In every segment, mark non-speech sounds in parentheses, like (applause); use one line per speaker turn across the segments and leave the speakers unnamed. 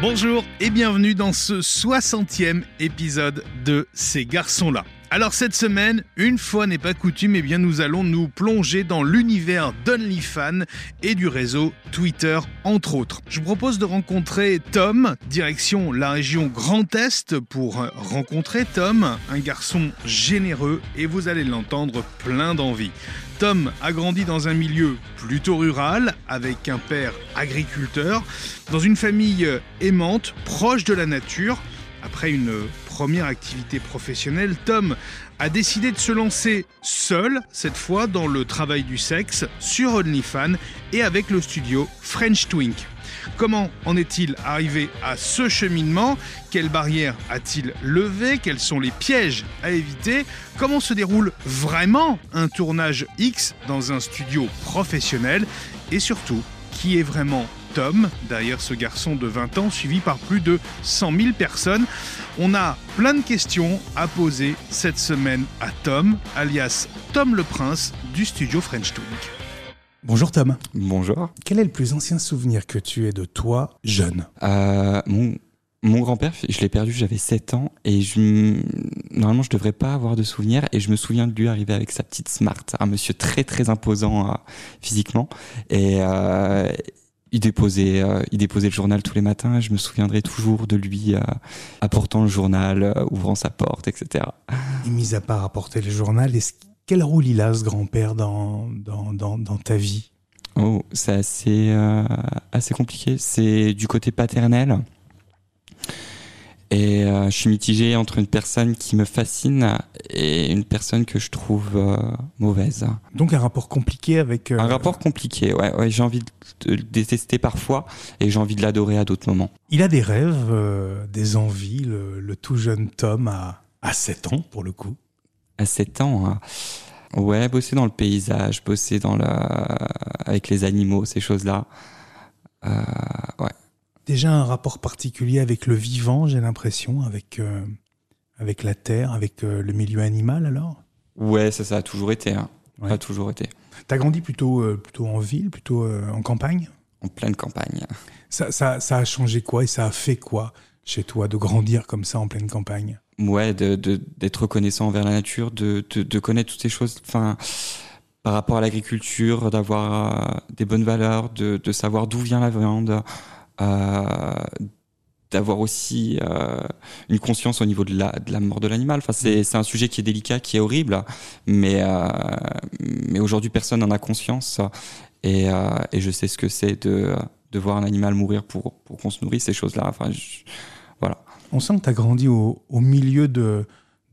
Bonjour et bienvenue dans ce 60e épisode de Ces garçons-là. Alors cette semaine, une fois n'est pas coutume, eh bien nous allons nous plonger dans l'univers d'OnlyFans et du réseau Twitter entre autres. Je vous propose de rencontrer Tom, direction la région Grand Est pour rencontrer Tom, un garçon généreux et vous allez l'entendre plein d'envie. Tom a grandi dans un milieu plutôt rural, avec un père agriculteur, dans une famille euh, aimante, proche de la nature. Après une euh, première activité professionnelle, Tom a décidé de se lancer seul, cette fois dans le travail du sexe, sur OnlyFans et avec le studio French Twink. Comment en est-il arrivé à ce cheminement Quelles barrières a-t-il levé Quels sont les pièges à éviter Comment se déroule vraiment un tournage X dans un studio professionnel Et surtout, qui est vraiment Tom, derrière ce garçon de 20 ans suivi par plus de 100 000 personnes. On a plein de questions à poser cette semaine à Tom, alias Tom le Prince du studio French Twink.
Bonjour Tom.
Bonjour.
Quel est le plus ancien souvenir que tu aies de toi, jeune
Euh, mon mon grand-père, je l'ai perdu, j'avais 7 ans et je m- normalement je devrais pas avoir de souvenirs et je me souviens de lui arriver avec sa petite smart, un monsieur très très imposant euh, physiquement et euh, il déposait euh, il déposait le journal tous les matins et je me souviendrai toujours de lui euh, apportant le journal, euh, ouvrant sa porte, etc.
Et mis à part apporter le journal, est-ce- quel rôle il a ce grand-père dans, dans, dans, dans ta vie
Oh, c'est assez, euh, assez compliqué. C'est du côté paternel. Et euh, je suis mitigé entre une personne qui me fascine et une personne que je trouve euh, mauvaise.
Donc un rapport compliqué avec... euh,
Un rapport compliqué, ouais. ouais j'ai envie de le détester parfois et j'ai envie de l'adorer à d'autres moments.
Il a des rêves, euh, des envies, le, le tout jeune Tom à, à 7 ans pour le coup.
À 7 ans, hein. ouais, bosser dans le paysage, bosser dans la... avec les animaux, ces choses-là. Euh, ouais.
Déjà un rapport particulier avec le vivant, j'ai l'impression, avec, euh, avec la terre, avec euh, le milieu animal alors
Ouais, ça, ça a toujours été. Hein.
Ouais.
Ça a toujours été.
T'as grandi plutôt, euh, plutôt en ville, plutôt euh, en campagne
En pleine campagne.
Ça, ça, ça a changé quoi et ça a fait quoi chez toi de grandir comme ça en pleine campagne
ouais, de, de- d'être reconnaissant envers la nature, de, de, de connaître toutes ces choses, enfin, par rapport à l'agriculture, d'avoir euh, des bonnes valeurs, de, de savoir d'où vient la viande, euh, d'avoir aussi euh, une conscience au niveau de la, de la mort de l'animal. Enfin, c'est,
Mm.
c'est un sujet qui est délicat, qui est horrible, mais, euh, mais aujourd'hui, personne n'en a conscience. Et, euh, et je sais ce que c'est de, de voir un animal mourir pour, pour qu'on se nourrisse, ces choses-là. Enfin, je-
On sent que tu as grandi au, au milieu de,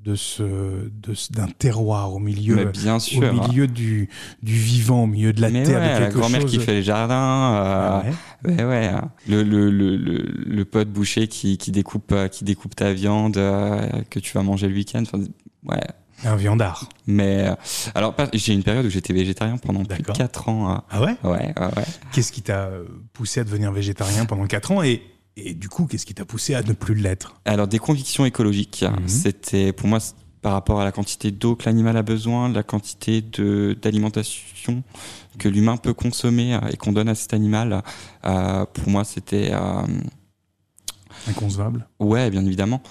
de ce, de ce- d'un terroir, au milieu,
mais bien
au
sûr. hein.
milieu du, du vivant, au milieu de la
mais
terre,
ouais,
de
la
quelque
grand-mère
chose.
qui fait les jardins. euh,
Ah ouais.
ouais, ouais, hein. Le, le, le, le, le pote boucher qui, qui, découpe, euh, qui découpe ta viande euh, que tu vas manger le week-end. Enfin, ouais.
Un viandard.
Mais euh, alors, pas- j'ai une période où j'étais végétarien pendant plus de
D'accord.
4 ans. hein.
Ah ouais
Ouais, ouais, ouais.
Qu'est-ce qui t'a euh, poussé à devenir végétarien pendant 4 ans et, et du coup, qu'est-ce qui t'a poussé à ne plus l'être
Alors, des convictions écologiques, hein.
Mhm.
c'était pour moi c'est par rapport à la quantité d'eau que l'animal a besoin, la quantité de- d'alimentation que l'humain peut consommer euh, et qu'on donne à cet animal. Euh, pour moi, c'était. euh,
Inconcevable
Ouais, bien évidemment.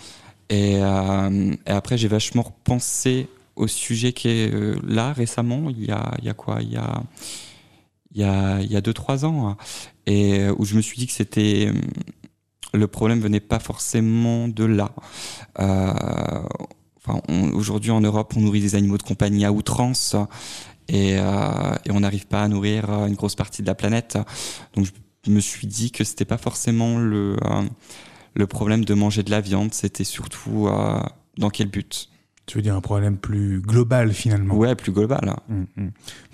Et, euh, et après, j'ai vachement repensé au sujet qui est euh, là récemment, il y a, il y a quoi Il y a 2-3 il y a, il y a deux, trois ans, hein. et euh, où je me suis dit que c'était. hum, Le problème venait pas forcément de là. Euh, enfin, on- Aujourd'hui, en Europe, on nourrit des animaux de compagnie à outrance, et, euh, et on n'arrive pas à nourrir euh, une grosse partie de la planète. Donc, je me suis dit que c'était pas forcément le. euh, le problème de manger de la viande, c'était surtout euh, dans quel but
Tu veux dire un problème plus global finalement
Ouais, plus global.
Mm,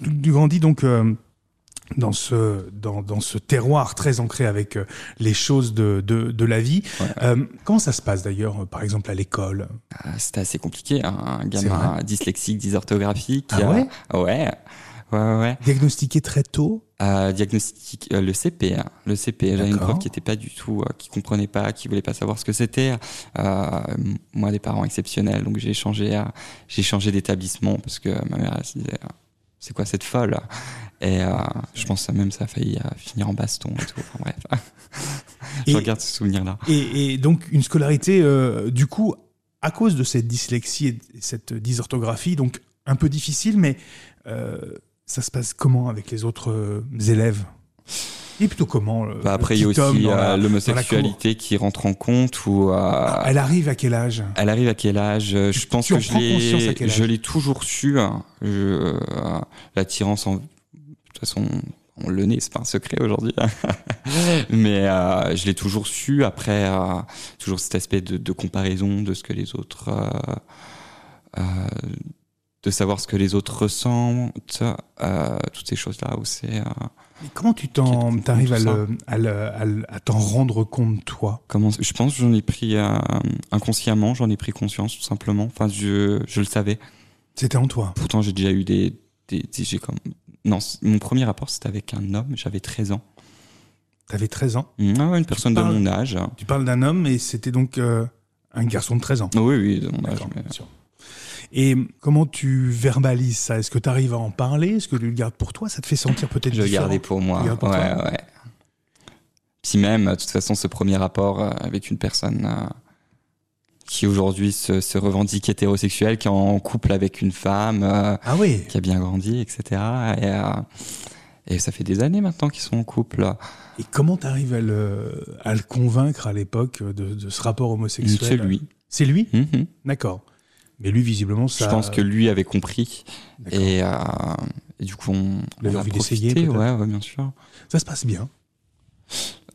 Tu, tu grandis donc euh, dans, ce, dans, dans ce terroir très ancré avec euh, les choses de, de, de la vie.
Ouais.
Euh, comment ça se passe d'ailleurs, euh, par exemple, à l'école
Euh, C'était assez compliqué. hein, Un
C'est
gamin
vrai
dyslexique, dysorthographique.
Ah ouais
euh, Ouais. Ouais, ouais, ouais.
Diagnostiqué très tôt
Euh, diagnostic, euh, le CP, hein, le CP. J'avais une
D'accord.
prof qui était pas du tout, euh, qui comprenait pas, qui voulait pas savoir ce que c'était. Euh, m- moi, des parents exceptionnels, donc j'ai changé, euh, j'ai changé d'établissement parce que ma mère elle se disait, euh, c'est quoi cette folle Et euh, je pense que même ça a failli euh, finir en baston et tout. Enfin, bref, (laughs) Je regarde ce souvenir-là.
Et, et donc une scolarité, euh, du coup, à cause de cette dyslexie et de cette dysorthographie, donc un peu difficile, mais euh, ça se passe comment avec les autres euh, élèves et plutôt comment le-
Bah,
le
après, il y a
petit homme
aussi
dans la- Ah,
euh,
dans la
l'homosexualité qui rentre en compte ou euh,
cour Elle arrive à quel âge
elle arrive à quel âge Euh, Je
Tu-
pense
tu en
que je
prends conscience à
l'ai,
quel
je
âge
l'ai toujours su. hein. Je- euh, L'attirance, en... de toute façon, on le naît, c'est pas un secret aujourd'hui. hein. (laughs) Mais euh, je l'ai toujours su. Après, euh, toujours cet aspect de, de comparaison de ce que les autres, euh, euh, de savoir ce que les autres ressentent, euh, toutes ces choses-là où c'est. euh,
Et Comment tu t'en
Qu'est-ce que
arrives à,
tout ça
le- à le- à le- à t'en rendre compte toi
Comment je pense que j'en ai pris euh, inconsciemment, j'en ai pris conscience tout simplement. Enfin, je, je le savais.
C'était en toi.
Pourtant, j'ai déjà eu des, des, des- j'ai comme non, c- mon premier rapport c'était avec un homme. J'avais 13 ans.
T'avais 13 ans.
Mm, ah ouais, une personne de
parles-
mon âge. Ah
Tu parles d'un homme et c'était donc euh, un garçon de 13 ans.
Ah Oui, oui, de mon âge.
D'accord,
mais-
bien sûr. Et comment tu verbalises ça Est-ce que tu arrives à en parler Est-ce que tu le gardes pour toi Ça te fait sentir peut-être
euh, Je le
différent
gardais pour moi.
Tu le gardes pour
ouais,
toi
ouais. Puis même, de toute façon, ce premier rapport euh, avec une personne euh, qui aujourd'hui se, se revendique hétérosexuelle, qui est en couple avec une femme. euh,
Ah oui
qui a bien grandi, etc. Et, euh, et ça fait des années maintenant qu'ils sont en couple.
Et comment tu arrives à le, à le convaincre à l'époque de, de ce rapport homosexuel
C'est lui.
C'est lui
Mhm.
D'accord. Mais lui, visiblement, ça.
Je pense que lui avait compris.
D'accord.
Et, euh, et du coup, on,
Il avait
on a
envie
profité.
d'essayer, peut-être
Ouais, ouais, bien sûr.
Ça se passe bien,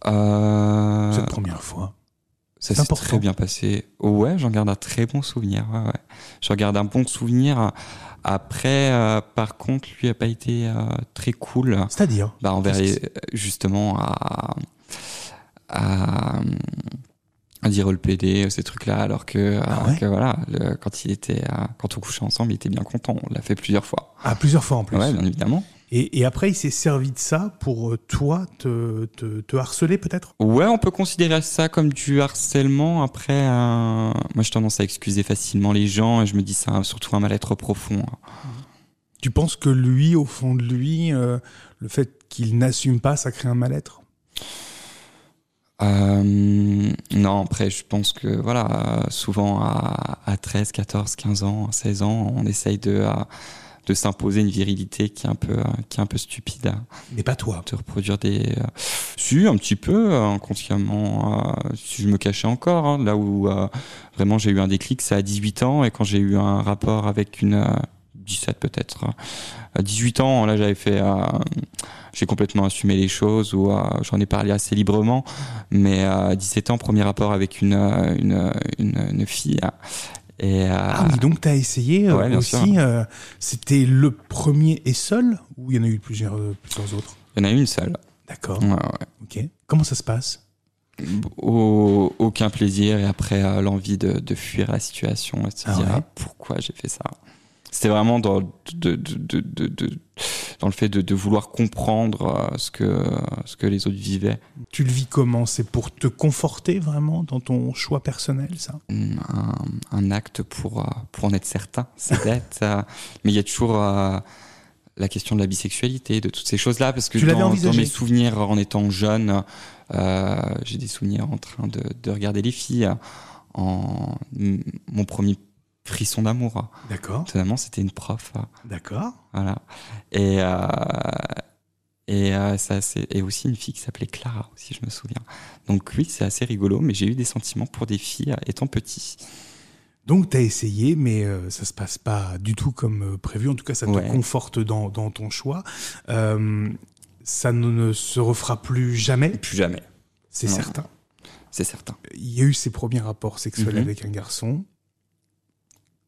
Euh,
cette première fois.
ça
c'est
s'est
important.
très bien passé. Ouais, j'en garde un très bon souvenir. Ouais, ouais. J'en garde un bon souvenir. Après, euh, par contre, lui a pas été euh, très cool.
C'est-à-dire
bah, envers
Qu'est-ce
les- justement à, à, à dire le PD, ces trucs-là, alors que,
Ah
euh,
ouais
que voilà, le- quand il était, euh, quand on couchait ensemble, il était bien content. On l'a fait plusieurs fois.
Ah, plusieurs fois en plus.
Ouais, bien évidemment.
Et, et après, il s'est servi de ça pour euh, toi te, te, te harceler peut-être
Ouais, on peut considérer ça comme du harcèlement. Après, euh, moi, j'ai tendance à excuser facilement les gens et je me dis ça, surtout un mal-être profond. hein.
Tu penses que lui, au fond de lui, euh, le fait qu'il n'assume pas, ça crée un mal-être
Euh, non, après, je pense que voilà, euh, souvent à, à 13, 14, 15 ans, 16 ans, on essaye de, euh, de s'imposer une virilité qui est un peu, euh, qui est un peu stupide, hein,
Mais pas toi.
de reproduire des. euh, si, un petit peu, euh, inconsciemment, euh, si je me cachais encore, hein, là où euh, vraiment j'ai eu un déclic, c'est à 18 ans, et quand j'ai eu un rapport avec une. euh, 17 peut-être. hein. À 18 ans, là j'avais fait. euh, j'ai complètement assumé les choses, ou euh, j'en ai parlé assez librement. Mais euh, à 17 ans, premier rapport avec une, euh, une, euh, une, une fille. hein. Et, euh,
Ah oui, donc tu as essayé euh,
Ouais, bien
aussi. euh, C'était le premier et seul Ou il y en a eu plusieurs, euh, plusieurs autres
Il y en a une seule.
Ah. D'accord,
Ouais, ouais.
ok. Comment ça se passe
Au- aucun plaisir et après euh, l'envie de, de fuir la situation et se
Ah
dire
ouais
Ah, pourquoi j'ai fait ça. C'était vraiment dans, de- de- de- de- de- dans le fait de, de vouloir comprendre euh, ce que, ce que les autres vivaient.
Tu le vis comment C'est pour te conforter vraiment dans ton choix personnel, ça
un, un acte pour, euh, pour en être certain, c'est bête. euh, mais il y a toujours euh, la question de la bisexualité, de toutes ces choses-là, parce que
Tu l'avais
dans, dans
envisagé
mes souvenirs en étant jeune, euh, j'ai des souvenirs en train de, de regarder les filles. En, m- mon premier frisson d'amour,
D'accord,
finalement, c'était une prof. euh,
d'accord.
Voilà. Et, euh, et, euh, ça, c'est, et aussi une fille qui s'appelait Clara, si je me souviens. Donc oui, c'est assez rigolo, mais j'ai eu des sentiments pour des filles euh, étant petit.
Donc tu as essayé, mais euh, ça se passe pas du tout comme euh, prévu. En tout cas, ça
Ouais.
te conforte dans, dans ton choix. Euh, ça ne, ne se refera plus jamais,
Plus jamais,
c'est
Non.
certain.
c'est certain.
Il y a eu ces premiers rapports sexuels
Mhm.
avec un garçon.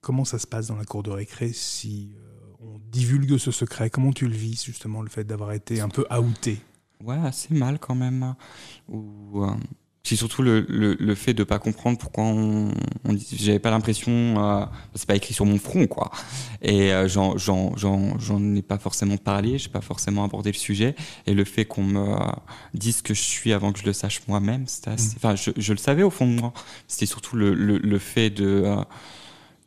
Comment ça se passe dans la cour de récré si euh, on divulgue ce secret Comment tu le vis justement le fait d'avoir été un peu outé
Ouais, assez mal quand même. hein. Ou, euh, c'est surtout le, le, le fait de pas comprendre pourquoi on, on dit- j'avais pas l'impression, euh, c'est pas écrit sur mon front quoi. Et euh, j'en, j'en, j'en, j'en ai pas forcément parlé, j'ai pas forcément abordé le sujet. Et le fait qu'on me euh, dise que je suis avant que je le sache moi-même, c'était assez- enfin je, je le savais au fond de moi. C'était surtout le, le, le fait de euh,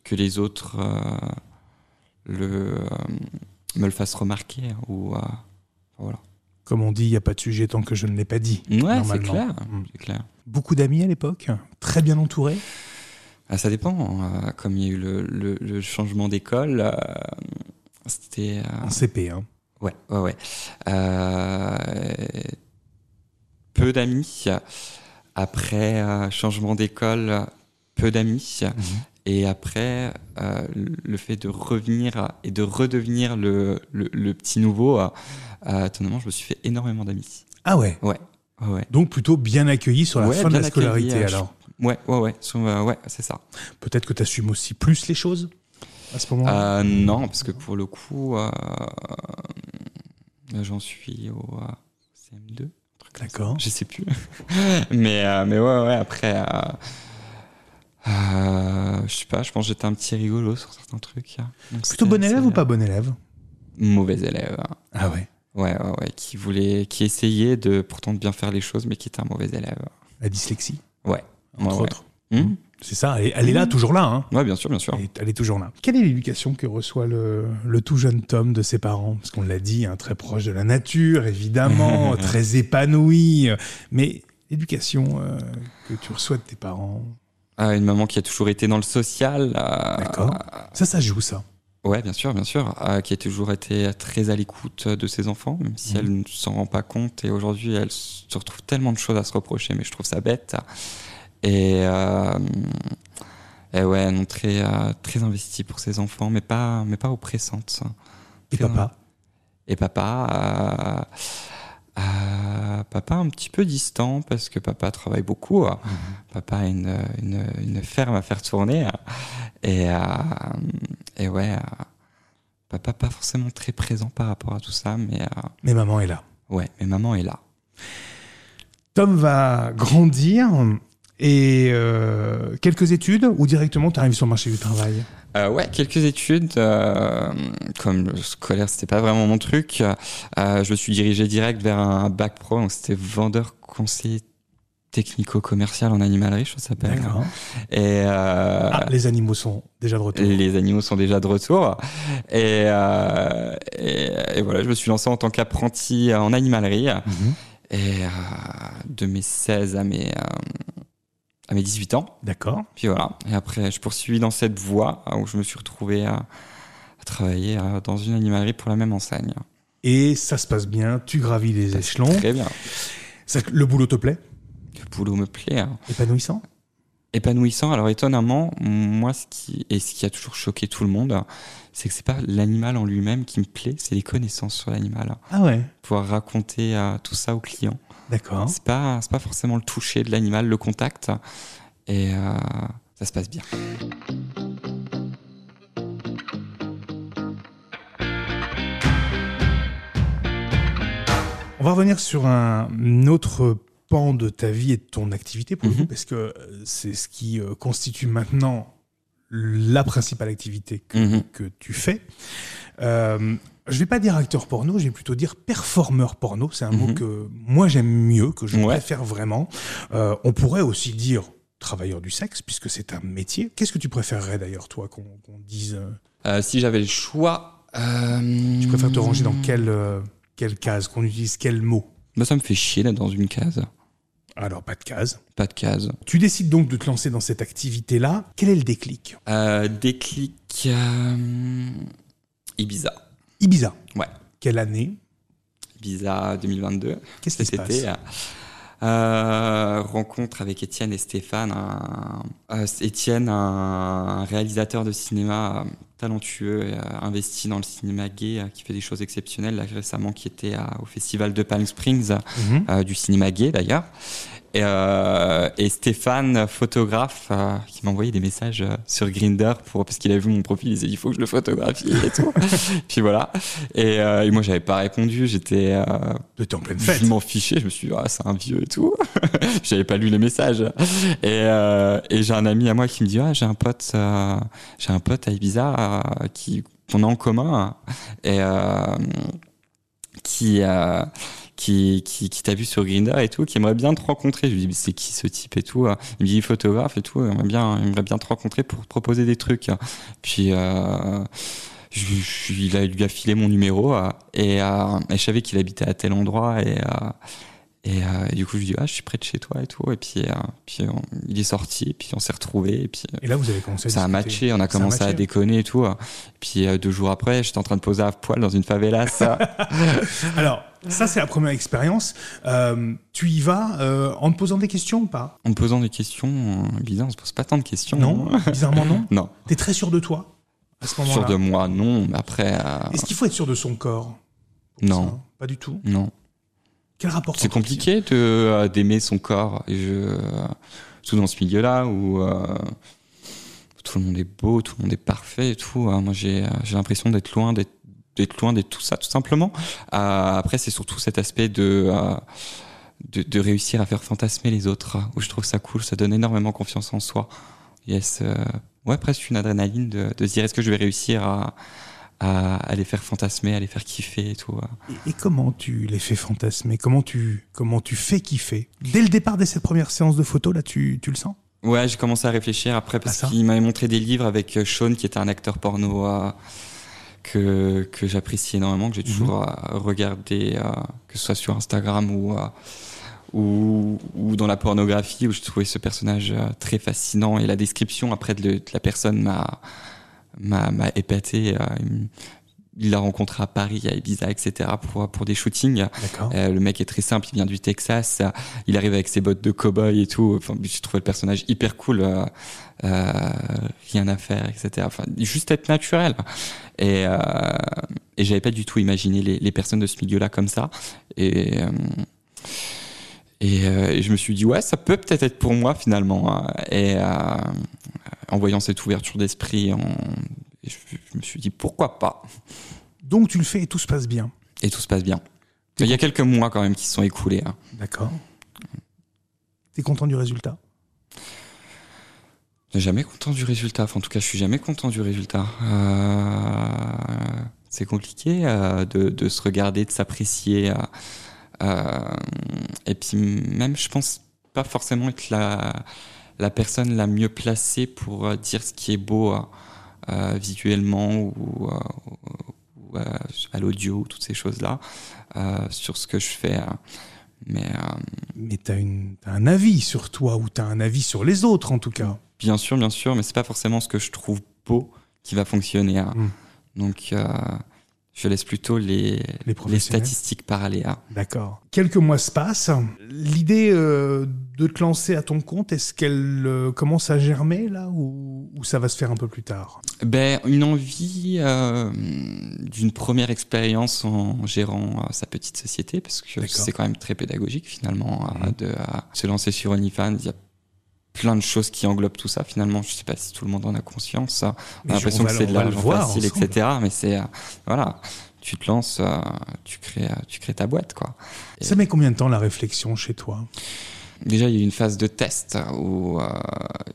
que les autres euh, le euh, me le fassent remarquer ou euh, voilà.
Comme on dit, il n'y a pas de sujet tant que je ne l'ai pas dit.
Ouais, c'est
normalement.
clair.
Mm.
C'est clair.
Beaucoup d'amis à l'époque, très bien entouré.
Ah, ça dépend. euh, comme il y a eu le, le- le changement d'école, euh, c'était. euh,
En CP, hein.
Ouais, ouais, ouais. Euh, peu d'amis. Après euh, changement d'école, peu d'amis. Et après, euh, le fait de revenir et de redevenir le, le, le petit nouveau, euh, euh, étonnamment, je me suis fait énormément d'amis.
Ah ouais.
Ouais, ouais,
Donc plutôt bien accueilli sur la
Ouais,
fin de
bien
la scolarité
accueilli, euh,
alors.
ouais, ouais, ouais, sur- euh, ouais, c'est ça.
Peut-être que tu assumes aussi plus les choses à ce moment-là.
Euh, non, parce que pour le coup, euh, j'en suis au euh, CM2. un truc comme
D'accord.
ça. Je sais plus. (laughs) mais, euh, mais ouais, ouais, après. euh, euh, je sais pas, je pense que j'étais un petit rigolo sur certains trucs. hein. Donc c'était
Plutôt bon élève
assez-
ou pas bon élève
Mauvais élève. hein.
Ah ouais.
Ouais, ouais, ouais, qui voulait, qui essayait de pourtant de bien faire les choses, mais qui était un mauvais élève.
La dyslexie,
Ouais.
entre
ouais, Mmh. ouais.
autres.
Hmm
C'est ça, elle, est- elle est là, toujours là. Hein.
Ouais, bien sûr, bien sûr.
Elle, est, elle est toujours là. Quelle est l'éducation que reçoit le, le tout jeune Tom de ses parents Parce qu'on l'a dit, hein, très proche de la nature,
(laughs)
évidemment, très épanoui. euh, Mais l'éducation euh, que tu reçois de tes parents,
Ah, une maman qui a toujours été dans le social. euh,
D'accord. ça, ça joue ça.
Ouais, bien sûr, bien sûr. euh, qui a toujours été très à l'écoute de ses enfants, même si
Mhm.
elle ne s'en rend pas compte. Et aujourd'hui, elle se retrouve tellement de choses à se reprocher, mais je trouve ça bête. Et, euh, et ouais, non, très, euh, très investie pour ses enfants, mais pas, mais pas oppressante.
Et
Très-
papa
Et papa, euh, euh, papa un petit peu distant parce que papa travaille beaucoup. hein. Papa a une, une, une ferme à faire tourner. hein. Et, euh, et ouais, euh, papa pas forcément très présent par rapport à tout ça, mais euh,
Mais maman est là.
ouais, mais maman est là.
Tom va grandir et euh, quelques études ou directement tu arrives sur le marché du travail
Euh, ouais, quelques études, euh, comme le scolaire, c'était pas vraiment mon truc. euh, je me suis dirigé direct vers un bac pro, donc c'était vendeur conseiller technico-commercial en animalerie, je crois que ça s'appelle. Et euh,
Ah, les animaux sont déjà de retour.
les animaux sont déjà de retour. Et, euh, et, et voilà, je me suis lancé en tant qu'apprenti euh, en animalerie.
Mhm.
Et euh, de mes 16 à mes, euh, à mes 18 ans.
D'accord.
Puis voilà. Et après, je poursuis dans cette voie euh, où je me suis retrouvé à, à travailler euh, dans une animalerie pour la même enseigne.
Et ça se passe bien, tu gravis les
Ça,
échelons.
Très bien.
Ça- le boulot te plaît
Le boulot me plaît. hein.
Épanouissant
épanouissant. Alors étonnamment, moi, ce qui et ce qui a toujours choqué tout le monde, c'est que c'est pas l'animal en lui-même qui me plaît, c'est les connaissances sur l'animal.
Ah ouais,
Pouvoir raconter euh, tout ça au client,
d'accord.
c'est pas c'est pas forcément le toucher de l'animal, le contact, et euh, ça se passe bien.
On va revenir sur un autre pan de ta vie et de ton activité pour le
Mhm.
coup, parce que euh, c'est ce qui euh, constitue maintenant la principale activité que,
Mhm.
que tu fais. Euh, je vais pas dire acteur porno, je vais plutôt dire performeur porno. C'est un mot
Mhm.
que moi j'aime mieux, que je
Ouais.
préfère vraiment. Euh, on pourrait aussi dire travailleur du sexe, puisque c'est un métier. Qu'est-ce que tu préférerais d'ailleurs, toi, qu'on qu'on dise euh,
Euh, si j'avais le choix, euh,
Tu préfères te ranger dans quelle, euh, quelle case Qu'on utilise quel mot
Bah, ça me fait chier d'être dans une case,
Alors, pas de case.
pas de case.
Tu décides donc de te lancer dans cette activité-là. Quel est le déclic
Euh, déclic euh, Ibiza,
Ibiza.
Ouais.
Quelle année
Ibiza 2022.
Qu'est-ce qui se
cet
passe
été. Euh, rencontre avec Étienne et Stéphane. un- euh, Étienne, un réalisateur de cinéma euh, talentueux, euh, investi dans le cinéma gay, euh, qui fait des choses exceptionnelles. Là, récemment, qui était à- au festival de Palm Springs,
Mhm.
euh, du cinéma gay d'ailleurs. Et, euh, et Stéphane, photographe, euh, qui m'a envoyé des messages euh, sur Grinder pour parce qu'il a vu mon profil, il s'est dit il faut que je le photographie et tout. (laughs) Puis voilà. Et, euh, et moi j'avais pas répondu, j'étais euh,
T'étais en pleine fête.
je m'en fichais, je me suis dit, ah, c'est un vieux et tout. (laughs) J'avais pas lu les messages. Et, euh, et j'ai un ami à moi qui me dit, ah, j'ai un pote, euh, j'ai un pote à Ibiza euh, qui qu'on a en commun et euh, qui, euh, qui qui qui t'a vu sur Grindr et tout, qui aimerait bien te rencontrer. Je lui dis, mais c'est qui ce type et tout. Il me dit, il est photographe et tout, il aimerait bien, il aimerait bien te rencontrer pour te proposer des trucs. Puis euh, je, je- il a, il lui a filé mon numéro euh, et, euh, et je savais qu'il habitait à tel endroit et, euh, et, euh, et du coup je lui dis ah je suis près de chez toi et tout et puis, euh, puis on- il est sorti et puis on s'est retrouvé et puis euh,
Et là, vous avez commencé à
ça a
discuter.
matché, on a
Ça a
commencé à
matché. hein.
déconner et tout. euh. Puis euh, deux jours après, j'étais en train de poser à poil dans une euh, favela.
(laughs)
Ça.
Alors, ça, c'est la première expérience. Euh, tu y vas euh, en te posant des questions ou pas
en me posant des questions, euh, bizarre, on se pose pas tant de questions. hein.
Non Bizarrement, non
Non.
T'es très sûr de toi à ce
Sûr de moi,
moment-là
non. Mais après, euh,
Est-ce qu'il faut être sûr de son corps pour
Non.
ça Pas du tout.
non.
Quel rapport
C'est
t'entretient
compliqué de euh, d'aimer son corps. Et je, euh, surtout dans ce milieu-là où euh, tout le monde est beau, tout le monde est parfait et tout. euh, moi, j'ai euh, j'ai l'impression d'être loin d'être d'être loin de tout ça, tout simplement. Euh, après, c'est surtout cet aspect de, euh, de de réussir à faire fantasmer les autres euh, où je trouve ça cool. Ça donne énormément confiance en soi. Yes, euh, ouais, presque une adrénaline de, de se dire est-ce que je vais réussir à, à, à les faire fantasmer, à les faire kiffer et tout. euh.
Et, et comment tu les fais fantasmer comment tu, comment tu fais kiffer Dès le départ, dès cette première séance de photo, là, tu, tu le sens
Ouais, j'ai commencé à réfléchir après parce
Ah, ça
qu'il m'avait montré des livres avec euh, Sean, qui était un acteur porno euh, que, que j'apprécie énormément, que j'ai
Mhm.
toujours euh, regardé, euh, que ce soit sur Instagram ou, euh, ou, ou dans la pornographie, où je trouvais ce personnage euh, très fascinant et la description après de, le- de la personne m'a m'a m'a épaté. euh, il m- il l'a rencontré à Paris, à Ibiza, etc. pour, pour des shootings.
D'accord.
Euh, le mec est très simple, il vient du Texas, euh, il arrive avec ses bottes de cow-boy et tout. Enfin, j'ai trouvé le personnage hyper cool, euh, euh, rien à faire, etc. Enfin, juste être naturel. Et, euh, et j'avais pas du tout imaginé les, les personnes de ce milieu-là comme ça. Et, euh, et, euh, et je me suis dit, ouais, ça peut peut-être être pour moi finalement. hein. Et euh, en voyant cette ouverture d'esprit, en- je- je me suis dit, pourquoi pas
Donc, tu le fais et tout se passe bien.
Et tout se passe bien. Il y a quelques mois quand même qui se sont écoulés. hein.
D'accord. T'es content du résultat
Je suis jamais content du résultat. Enfin, en tout cas, je suis jamais content du résultat. Euh, c'est compliqué euh, de, de se regarder, de s'apprécier. euh, euh, et puis même, je pense pas forcément être la, la personne la mieux placée pour euh, dire ce qui est beau euh, euh, visuellement ou, euh, ou, euh, à l'audio, toutes ces choses-là, euh, sur ce que je fais. euh. Mais euh,
Mais t'as une- t'as un avis sur toi ou t'as un avis sur les autres, en tout cas.
Bien sûr, bien sûr, mais c'est pas forcément ce que je trouve beau qui va fonctionner. hein.
Mm.
Donc, euh, je laisse plutôt les,
Les
les
professionnels.
statistiques parler. hein.
D'accord. Quelques mois se passent. L'idée euh, de te lancer à ton compte, est-ce qu'elle euh, commence à germer là ou, ou ça va se faire un peu plus tard
Ben, une envie euh, d'une première expérience en gérant euh, sa petite société, parce que
D'accord.
c'est quand même très pédagogique finalement
Mhm.
euh, de euh, se lancer sur OnlyFans. Il y a plein de choses qui englobent tout ça finalement. Je sais pas si tout le monde en a conscience. On
Mais
a
je-
l'impression
va
que
le-
c'est de
on va le
l'argent
voir
facile,
ensemble.
etc. Mais c'est euh, voilà, tu te lances, euh, tu crées, euh, tu crées ta boîte quoi.
Ça met combien de temps la réflexion chez toi
Déjà, il y a eu une phase de test où, euh,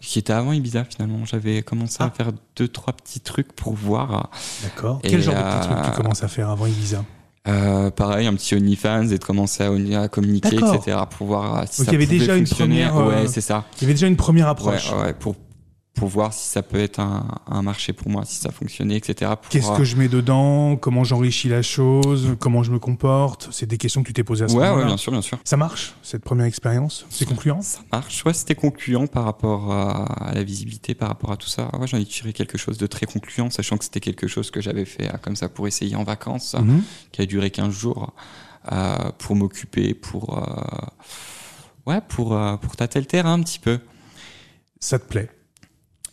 qui était avant Ibiza finalement. J'avais commencé à
Ah.
faire deux, trois petits trucs pour voir.
D'accord.
Et,
Quel genre de petit
euh,
truc tu commences à faire avant Ibiza
Euh, pareil, un petit OnlyFans et de commencer à, oni- à communiquer,
D'accord.
etc. pour voir euh, si
Donc,
ça
il y avait
pouvait
déjà une
fonctionner.
première, euh,
Ouais, c'est ça.
Il y avait déjà une première
Ouais,
approche.
ouais, pour, pour voir si ça peut être un, un marché pour moi, si ça fonctionnait, etc. pour, euh,
Qu'est-ce que je mets dedans Comment j'enrichis la chose Comment je me comporte C'est des questions que tu t'es posées à ce
Ouais, ouais,
moment-là.
bien sûr, bien sûr.
ça marche, cette première expérience C'est concluant
Ça marche. Ouais, c'était concluant par rapport à, à la visibilité, par rapport à tout ça. Ouais, j'en ai tiré quelque chose de très concluant, sachant que c'était quelque chose que j'avais fait euh, comme ça pour essayer en vacances,
Mhm.
qui a duré 15 jours, euh, pour m'occuper, pour, euh, ouais, pour, euh, pour tâter le terrain un petit peu.
Ça te plaît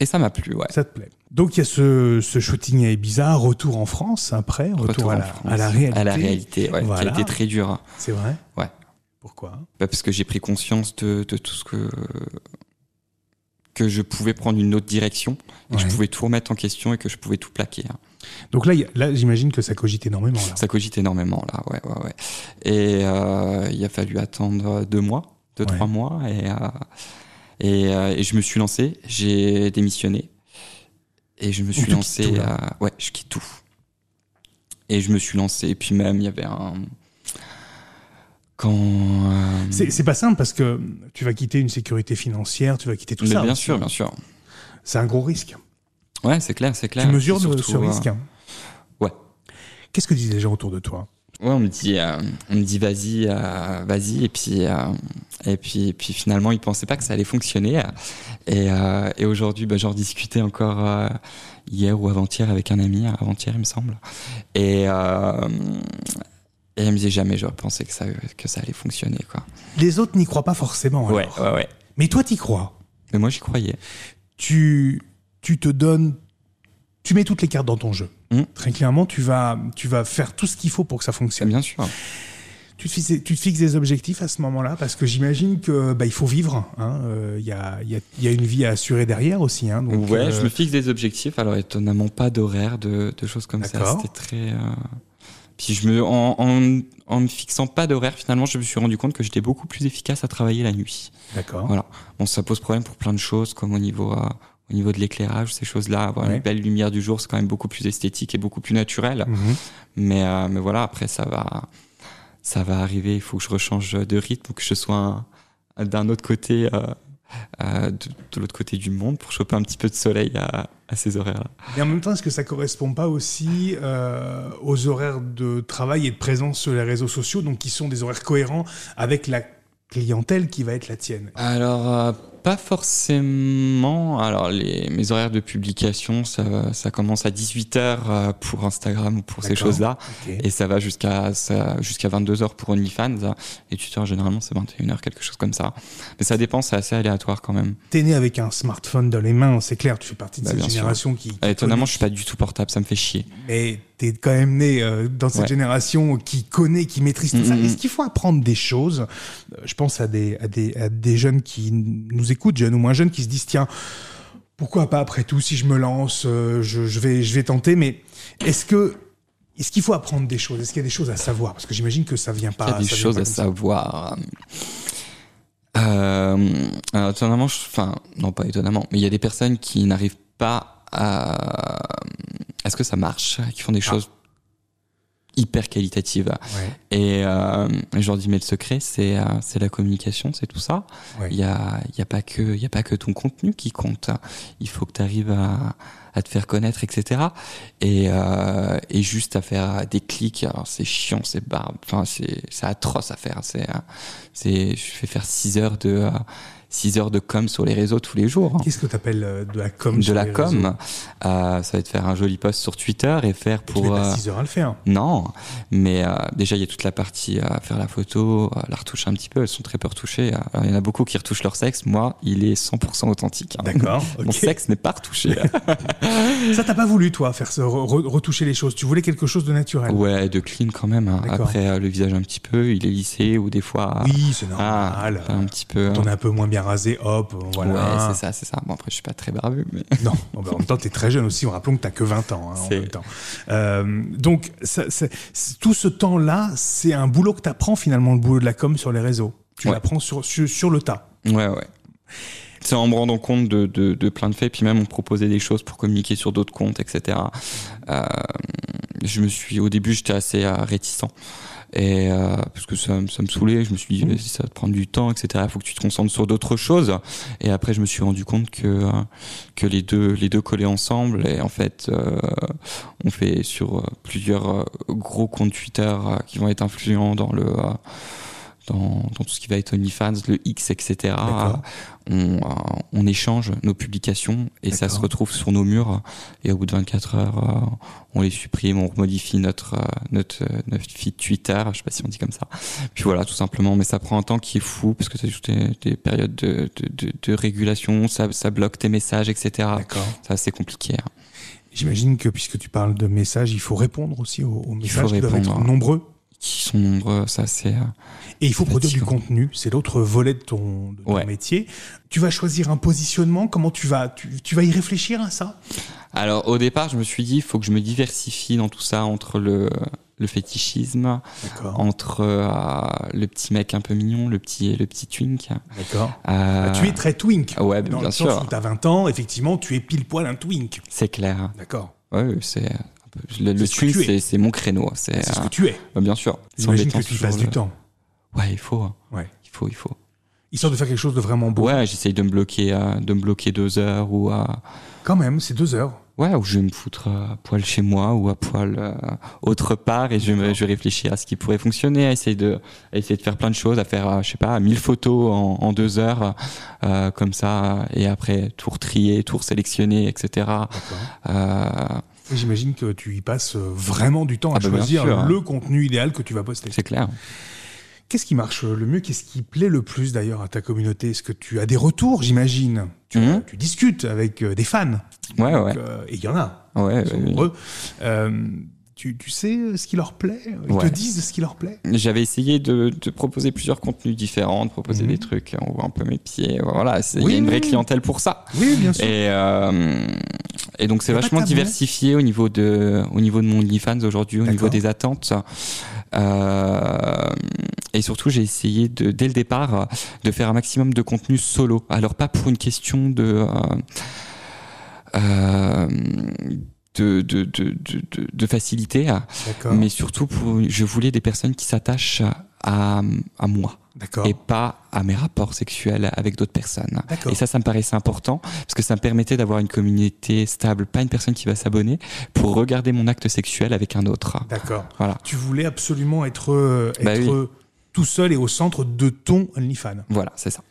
Et ça m'a plu, ouais.
Ça te plaît. Donc il y a ce, ce shooting à Ibiza, retour en France après, retour,
Retour
à,
en
la,
France.
à la réalité.
À la réalité, ouais,
Voilà.
qui a été très dur. hein.
C'est vrai
Ouais.
Pourquoi
Bah, parce que j'ai pris conscience de, de tout ce que que je pouvais prendre une autre direction, et que je
Ouais.
pouvais tout remettre en question et que je pouvais tout plaquer. hein.
Donc là, il y a- là j'imagine que ça cogite énormément. Là.
Ça cogite énormément là, ouais, ouais, ouais. Et euh, il a fallu attendre deux mois, deux,
Ouais.
trois mois, et, euh, et, euh, et je me suis lancé, j'ai démissionné, et je me suis
tu
lancé,
quittes tout,
à- ouais, je quitte tout. Et je me suis lancé, et puis même, il y avait un. Quand. euh,
C'est c'est pas simple parce que tu vas quitter une sécurité financière, tu vas quitter tout
mais
ça. hein.
bien sûr, bien sûr.
C'est un gros risque.
Ouais, c'est clair, c'est clair.
Tu mesures
Puis
le-
surtout,
ce
euh,
risque. hein. Qu'est-ce que disent les gens autour de toi
Ouais, on me dit, euh, on me dit vas-y, euh, vas-y, et puis, euh, et puis, et puis finalement, ils pensaient pas que ça allait fonctionner. Euh, Et, et aujourd'hui, bah, j'en discutais encore euh, hier ou avant-hier avec un ami, avant-hier, il me semble. Et, et elle me disait jamais, j'aurais pensé que ça, que ça allait fonctionner, quoi.
Les autres n'y croient pas forcément.
Ouais,
alors.
ouais, ouais.
Mais toi, t'y crois.
Mais moi, j'y croyais.
Tu, tu te donnes, tu mets toutes les cartes dans ton jeu.
Mm.
Très clairement, tu vas, tu vas faire tout ce qu'il faut pour que ça fonctionne.
Bien sûr.
Tu te, fixes, tu te fixes des objectifs à ce moment-là parce que j'imagine que bah, il faut vivre. hein, euh, Il y, a, il y a- il y a une vie à assurer derrière aussi. hein, donc,
ouais,
euh,
je me fixe des objectifs. Alors étonnamment, pas d'horaire, de, de choses comme ça.
D'accord.
C'était très. euh, Puis je me, en, en, en me fixant pas d'horaire, finalement, je me suis rendu compte que j'étais beaucoup plus efficace à travailler la nuit.
D'accord.
Voilà. Bon, ça pose problème pour plein de choses, comme au niveau, euh, au niveau de l'éclairage, ces choses-là. Avoir
Ouais.
une belle lumière du jour, c'est quand même beaucoup plus esthétique et beaucoup plus naturel.
Mhm.
Mais, euh, mais voilà, après, ça va, ça va arriver. Il faut que je rechange de rythme, que je sois un- d'un autre côté, euh, euh, de, de l'autre côté du monde pour choper un petit peu de soleil à, à ces horaires-là.
Et en même temps, est-ce que ça correspond pas aussi euh, aux horaires de travail et de présence sur les réseaux sociaux, donc qui sont des horaires cohérents avec la clientèle qui va être la tienne
Alors, euh, pas forcément. Alors, les, mes horaires de publication, ça, ça commence à 18h euh, pour Instagram ou pour ces
D'accord.
choses-là.
Ok.
Et ça va jusqu'à ça- jusqu'à 22h pour OnlyFans. Et Twitter, généralement, c'est 21h, quelque chose comme ça. Mais ça dépend, c'est assez aléatoire quand même.
T'es né avec un smartphone dans les mains, c'est clair, tu fais partie de
Bah,
cette
bien sûr.
génération qui. qui
Euh, Étonnamment, je suis pas du tout portable, ça me fait chier.
connaît- mais t'es quand même né euh, dans cette
Ouais.
génération qui connaît, qui maîtrise tout
Mm,
ça.
mm,
Est-ce qu'il faut apprendre des choses Euh, Je pense à des, à, des, à des jeunes qui nous écoutent, jeunes ou moins jeunes, qui se disent tiens, pourquoi pas après tout, si je me lance, euh, je, je vais, je vais tenter, mais est-ce que. Est-ce qu'il faut apprendre des choses Est-ce qu'il y a des choses à savoir Parce que j'imagine que ça vient pas.
Il y a des
Ah, ça vient
choses
pas
à
comme ça.
savoir. Euh, alors, étonnamment, je- enfin, non pas étonnamment, mais il y a des personnes qui n'arrivent pas à... à ce que ça marche, qui font des
Ah.
choses hyper qualitatives.
Ouais.
Et euh, je leur dis, mais le secret, c'est euh, c'est la communication, c'est tout ça.
Ouais.
Il y a, il y a, pas que- il y a pas que ton contenu qui compte. Il faut que tu arrives à, à te faire connaître, etc. Et, euh, et juste à faire des clics. Alors, c'est chiant, c'est barbe. Enfin, c'est c'est atroce à faire. C'est, euh, c'est- je fais faire 6 heures de, euh, six heures de com sur les réseaux tous les jours. hein.
Qu'est-ce que tu appelles de la com
De
sur
la
les réseaux
com, euh, ça va être faire un joli post sur Twitter et faire
Tu
pour.
mets
euh,
pas 6 heures à
(laughs)
le faire.
non, mais euh, déjà il y a toute la partie euh, faire la photo, euh, la retoucher un petit peu. Elles sont très peu retouchées. Euh, Alors, il y en a beaucoup qui retouchent leur sexe. Moi, il est 100% authentique. hein.
D'accord.
Mon
ok.
sexe n'est pas retouché.
Ça, t'as pas voulu, toi, faire ce, re- re- retoucher les choses. Tu voulais quelque chose de naturel.
ouais, de clean quand même. hein.
D'accord.
Après euh, le visage un petit peu, il est lissé ou des fois
oui, c'est
ah,
normal.
un petit peu.
T'en es un peu moins bien rasé, hop,
Ouais,
voilà.
c'est ça, c'est ça. Bon après je suis pas très barbu, mais (laughs)
non, Bon, bah, en même temps, t'es très jeune aussi. Rappelons que t'as que 20 ans. hein, en
C'est-
même temps. Euh, donc, ça- ça- c'est- tout ce temps-là, c'est un boulot que t'apprends finalement, le boulot de la com sur les réseaux. Tu
Ouais.
l'apprends sur, sur, sur le tas.
Ouais, ouais. C'est en me rendant compte de, de, de plein de faits, puis même on me proposait des choses pour communiquer sur d'autres comptes, etc. Euh, je me suis, au début, j'étais assez euh, réticent. Et euh, parce que ça, me- ça me saoulait, je me suis dit,
Mhm.
mais ça va te prendre du temps, etc. Il faut que tu te concentres sur d'autres choses. Et après, je me suis rendu compte que, euh, que les, deux, les deux collaient ensemble. Et en fait, euh, on fait sur euh, plusieurs euh, gros comptes Twitter euh, qui vont être influents dans le. euh, dans, dans tout ce qui va être OnlyFans, le X, etc.
D'accord.
On, euh, on échange nos publications et ça
D'accord.
se retrouve sur nos murs. Et au bout de 24 heures, euh, on les supprime, on modifie notre, euh, notre, euh, notre feed Twitter, je sais pas si on dit comme ça. Puis voilà, tout simplement. Mais ça prend un temps qui est fou parce que tu as juste des, des périodes de, de, de, de régulation, ça, ça bloque tes messages, etc.
D'accord.
C'est assez compliqué. hein.
J'imagine que puisque tu parles de messages, il faut répondre aussi aux, aux
faut
messages qui doivent être
répondre.
nombreux.
Qui sont nombreux, ça c'est. euh,
Et il faut produire du
Fatigant.
contenu, c'est l'autre volet de ton, de ton
Ouais.
métier. Tu vas choisir un positionnement, comment tu vas, tu, tu vas y réfléchir à ça
Alors au départ, je me suis dit, il faut que je me diversifie dans tout ça entre le, le fétichisme,
D'accord.
entre euh, le petit mec un peu mignon, le petit, le petit twink.
D'accord.
Euh,
Tu es très twink.
Ouais,
Dans
bien
le sens
sûr,
où tu as 20 ans, effectivement, tu es pile poil un twink.
c'est clair.
D'accord.
Ouais, ouais, c'est. un peu- Le,
C'est
le
ce que tu
twink,
es.
c'est- c'est mon créneau. C'est
C'est ce que tu es.
euh, bien sûr. C'est
J'imagine
embêtant
que tu
toujours
fasses
le-
du temps.
Ouais, il faut. hein.
Ouais.
Il faut, il faut.
Histoire de faire quelque chose de vraiment beau.
Ouais, j'essaye de me bloquer, euh, de me bloquer deux heures ou. euh,
Quand même, c'est deux heures.
Ouais, ou je vais me foutre à poil chez moi ou à poil euh, autre part et je, me, je réfléchis à ce qui pourrait fonctionner, à essayer de, à essayer de faire plein de choses, à faire, euh, je sais pas, 1000 photos en, en deux heures, euh, comme ça, et après tout retrier, tout sélectionner, etc. Euh,
J'imagine que tu y passes euh, vraiment du temps à
Ah bah, bien
choisir
sûr, hein.
le contenu idéal que tu vas poster.
c'est clair.
Qu'est-ce qui marche euh, le mieux Qu'est-ce qui plaît le plus d'ailleurs à ta communauté Est-ce que tu as des retours, j'imagine tu,
Mhm.
tu discutes avec euh, des fans,
Ouais, Ah ouais. Eh
euh, et il y en a,
ouais,
ils sont
ouais.
nombreux. Euh, tu, tu sais euh, ce qui leur plaît Ils
Ouais.
te disent ce qui leur plaît
J'avais essayé de, de proposer plusieurs contenus différents, de proposer
Mhm.
des trucs, on voit un peu mes pieds, voilà, c'est- il
Oui,
y a une
oui,
vraie
oui.
clientèle pour ça.
Oui, bien sûr.
Et, euh, et donc c'est
Y a pas
vachement
de tabou.
diversifié au niveau de, au niveau de mon OnlyFans aujourd'hui, au
D'accord.
niveau des attentes. Euh, et surtout j'ai essayé de, dès le départ de faire un maximum de contenu solo. Alors pas pour une question de... euh, euh, de, de, de, de, de- de facilité,
D'accord.
mais surtout pour, je voulais des personnes qui s'attachent à, à moi
D'accord.
et pas à mes rapports sexuels avec d'autres personnes.
D'accord.
Et ça, ça me paraissait important parce que ça me permettait d'avoir une communauté stable, pas une personne qui va s'abonner pour regarder mon acte sexuel avec un autre.
D'accord.
Voilà.
Tu voulais absolument être, euh,
Bah
être
oui.
euh, tout seul et au centre de ton OnlyFans.
Voilà, c'est ça.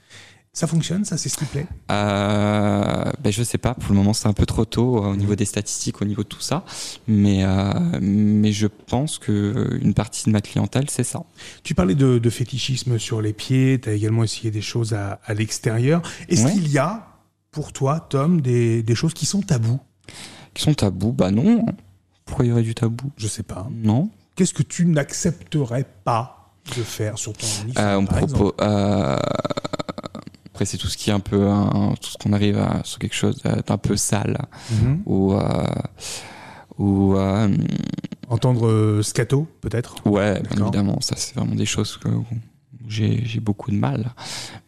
Ça fonctionne, ça, c'est ce qui plaît
Euh, ben je sais pas, pour le moment c'est un peu trop tôt euh, au
Mhm.
niveau des statistiques, au niveau de tout ça, mais euh, mais je pense que euh, une partie de ma clientèle c'est ça.
Tu parlais de, de fétichisme sur les pieds, tu as également essayé des choses à, à l'extérieur. Est-ce
Ouais.
qu'il y a, pour toi, Tom, des, des choses qui sont tabous
Qui sont tabous Bah non. Pourquoi il y aurait du tabou
Je sais pas.
Non.
Qu'est-ce que tu n'accepterais pas de faire sur ton OnlyFans
Euh, on
par exemple
propose. euh, Après, c'est tout ce qui est un peu. hein, tout ce qu'on arrive à, sur quelque chose euh, d'un peu sale.
Mhm.
Ou. euh, ou euh,
Entendre euh, scato, peut-être
ouais, bien
D'accord.
évidemment, ça, c'est vraiment des choses que, où j'ai j'ai beaucoup de mal.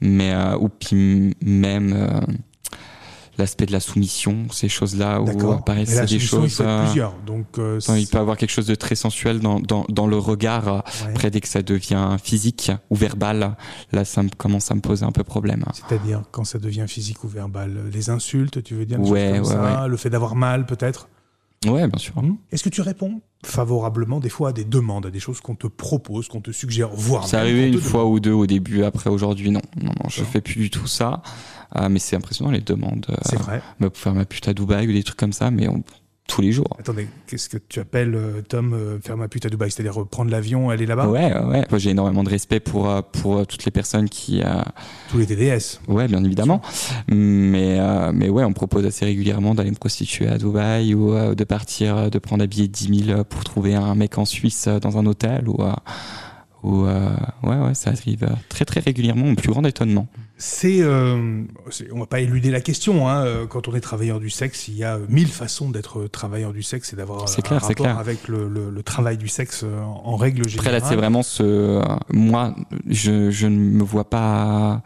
Mais. euh, ou puis m- même. euh, L'aspect de la soumission, ces choses-là où
D'accord.
apparaissent
Mais la
Oh, des
solution, il
choses.
faut être
euh,
plusieurs. Donc, euh,
attends, il peut avoir quelque chose de très sensuel dans, dans, dans le regard. euh,
c'est- ouais.
Après, dès que ça devient physique ou verbal, là, ça me commence à me poser un peu problème.
C'est-à-dire quand ça devient physique ou verbal. euh, Les insultes, tu veux dire, des
Ouais,
choses comme
ouais,
ça, le fait d'avoir mal peut-être.
Ouais, bien sûr.
Est-ce que tu réponds favorablement des fois à des demandes, à des choses qu'on te propose, qu'on te suggère, voire
C'est
même
arrivé
qu'on
une
te demande
fois ou deux au début, après aujourd'hui, non. Non, non, je
D'accord.
fais plus du tout ça. Euh, mais c'est impressionnant les demandes. euh,
C'est vrai.
bah, pour faire ma pute à Dubaï ou des trucs comme ça, mais on- tous les jours.
Attendez, qu'est-ce que tu appelles, euh, Tom, euh, faire ma pute à Dubaï C'est-à-dire euh, prendre l'avion, aller là-bas
Ouais, ouais. ouais. Moi, J'ai énormément de respect pour, euh, pour euh, toutes les personnes qui. euh,
Tous les TDS.
Ouais, bien évidemment. Mais, euh, mais ouais, on me propose assez régulièrement d'aller me prostituer à Dubaï ou euh, de partir, euh, de prendre un billet de 10 000 pour trouver un mec en Suisse euh, dans un hôtel ou. euh, ou euh, ouais, ouais, ça arrive euh, très très régulièrement, au plus grand étonnement.
C'est, euh, c'est- on va pas éluder la question. hein, euh, Quand on est travailleur du sexe, il y a euh, mille façons d'être euh, travailleur du sexe et d'avoir euh,
C'est
un
clair, c'est
rapport
clair.
avec le, le- le travail du sexe euh, en, en règle
Après
générale.
là, c'est vraiment ce euh, moi, je, je ne me vois pas,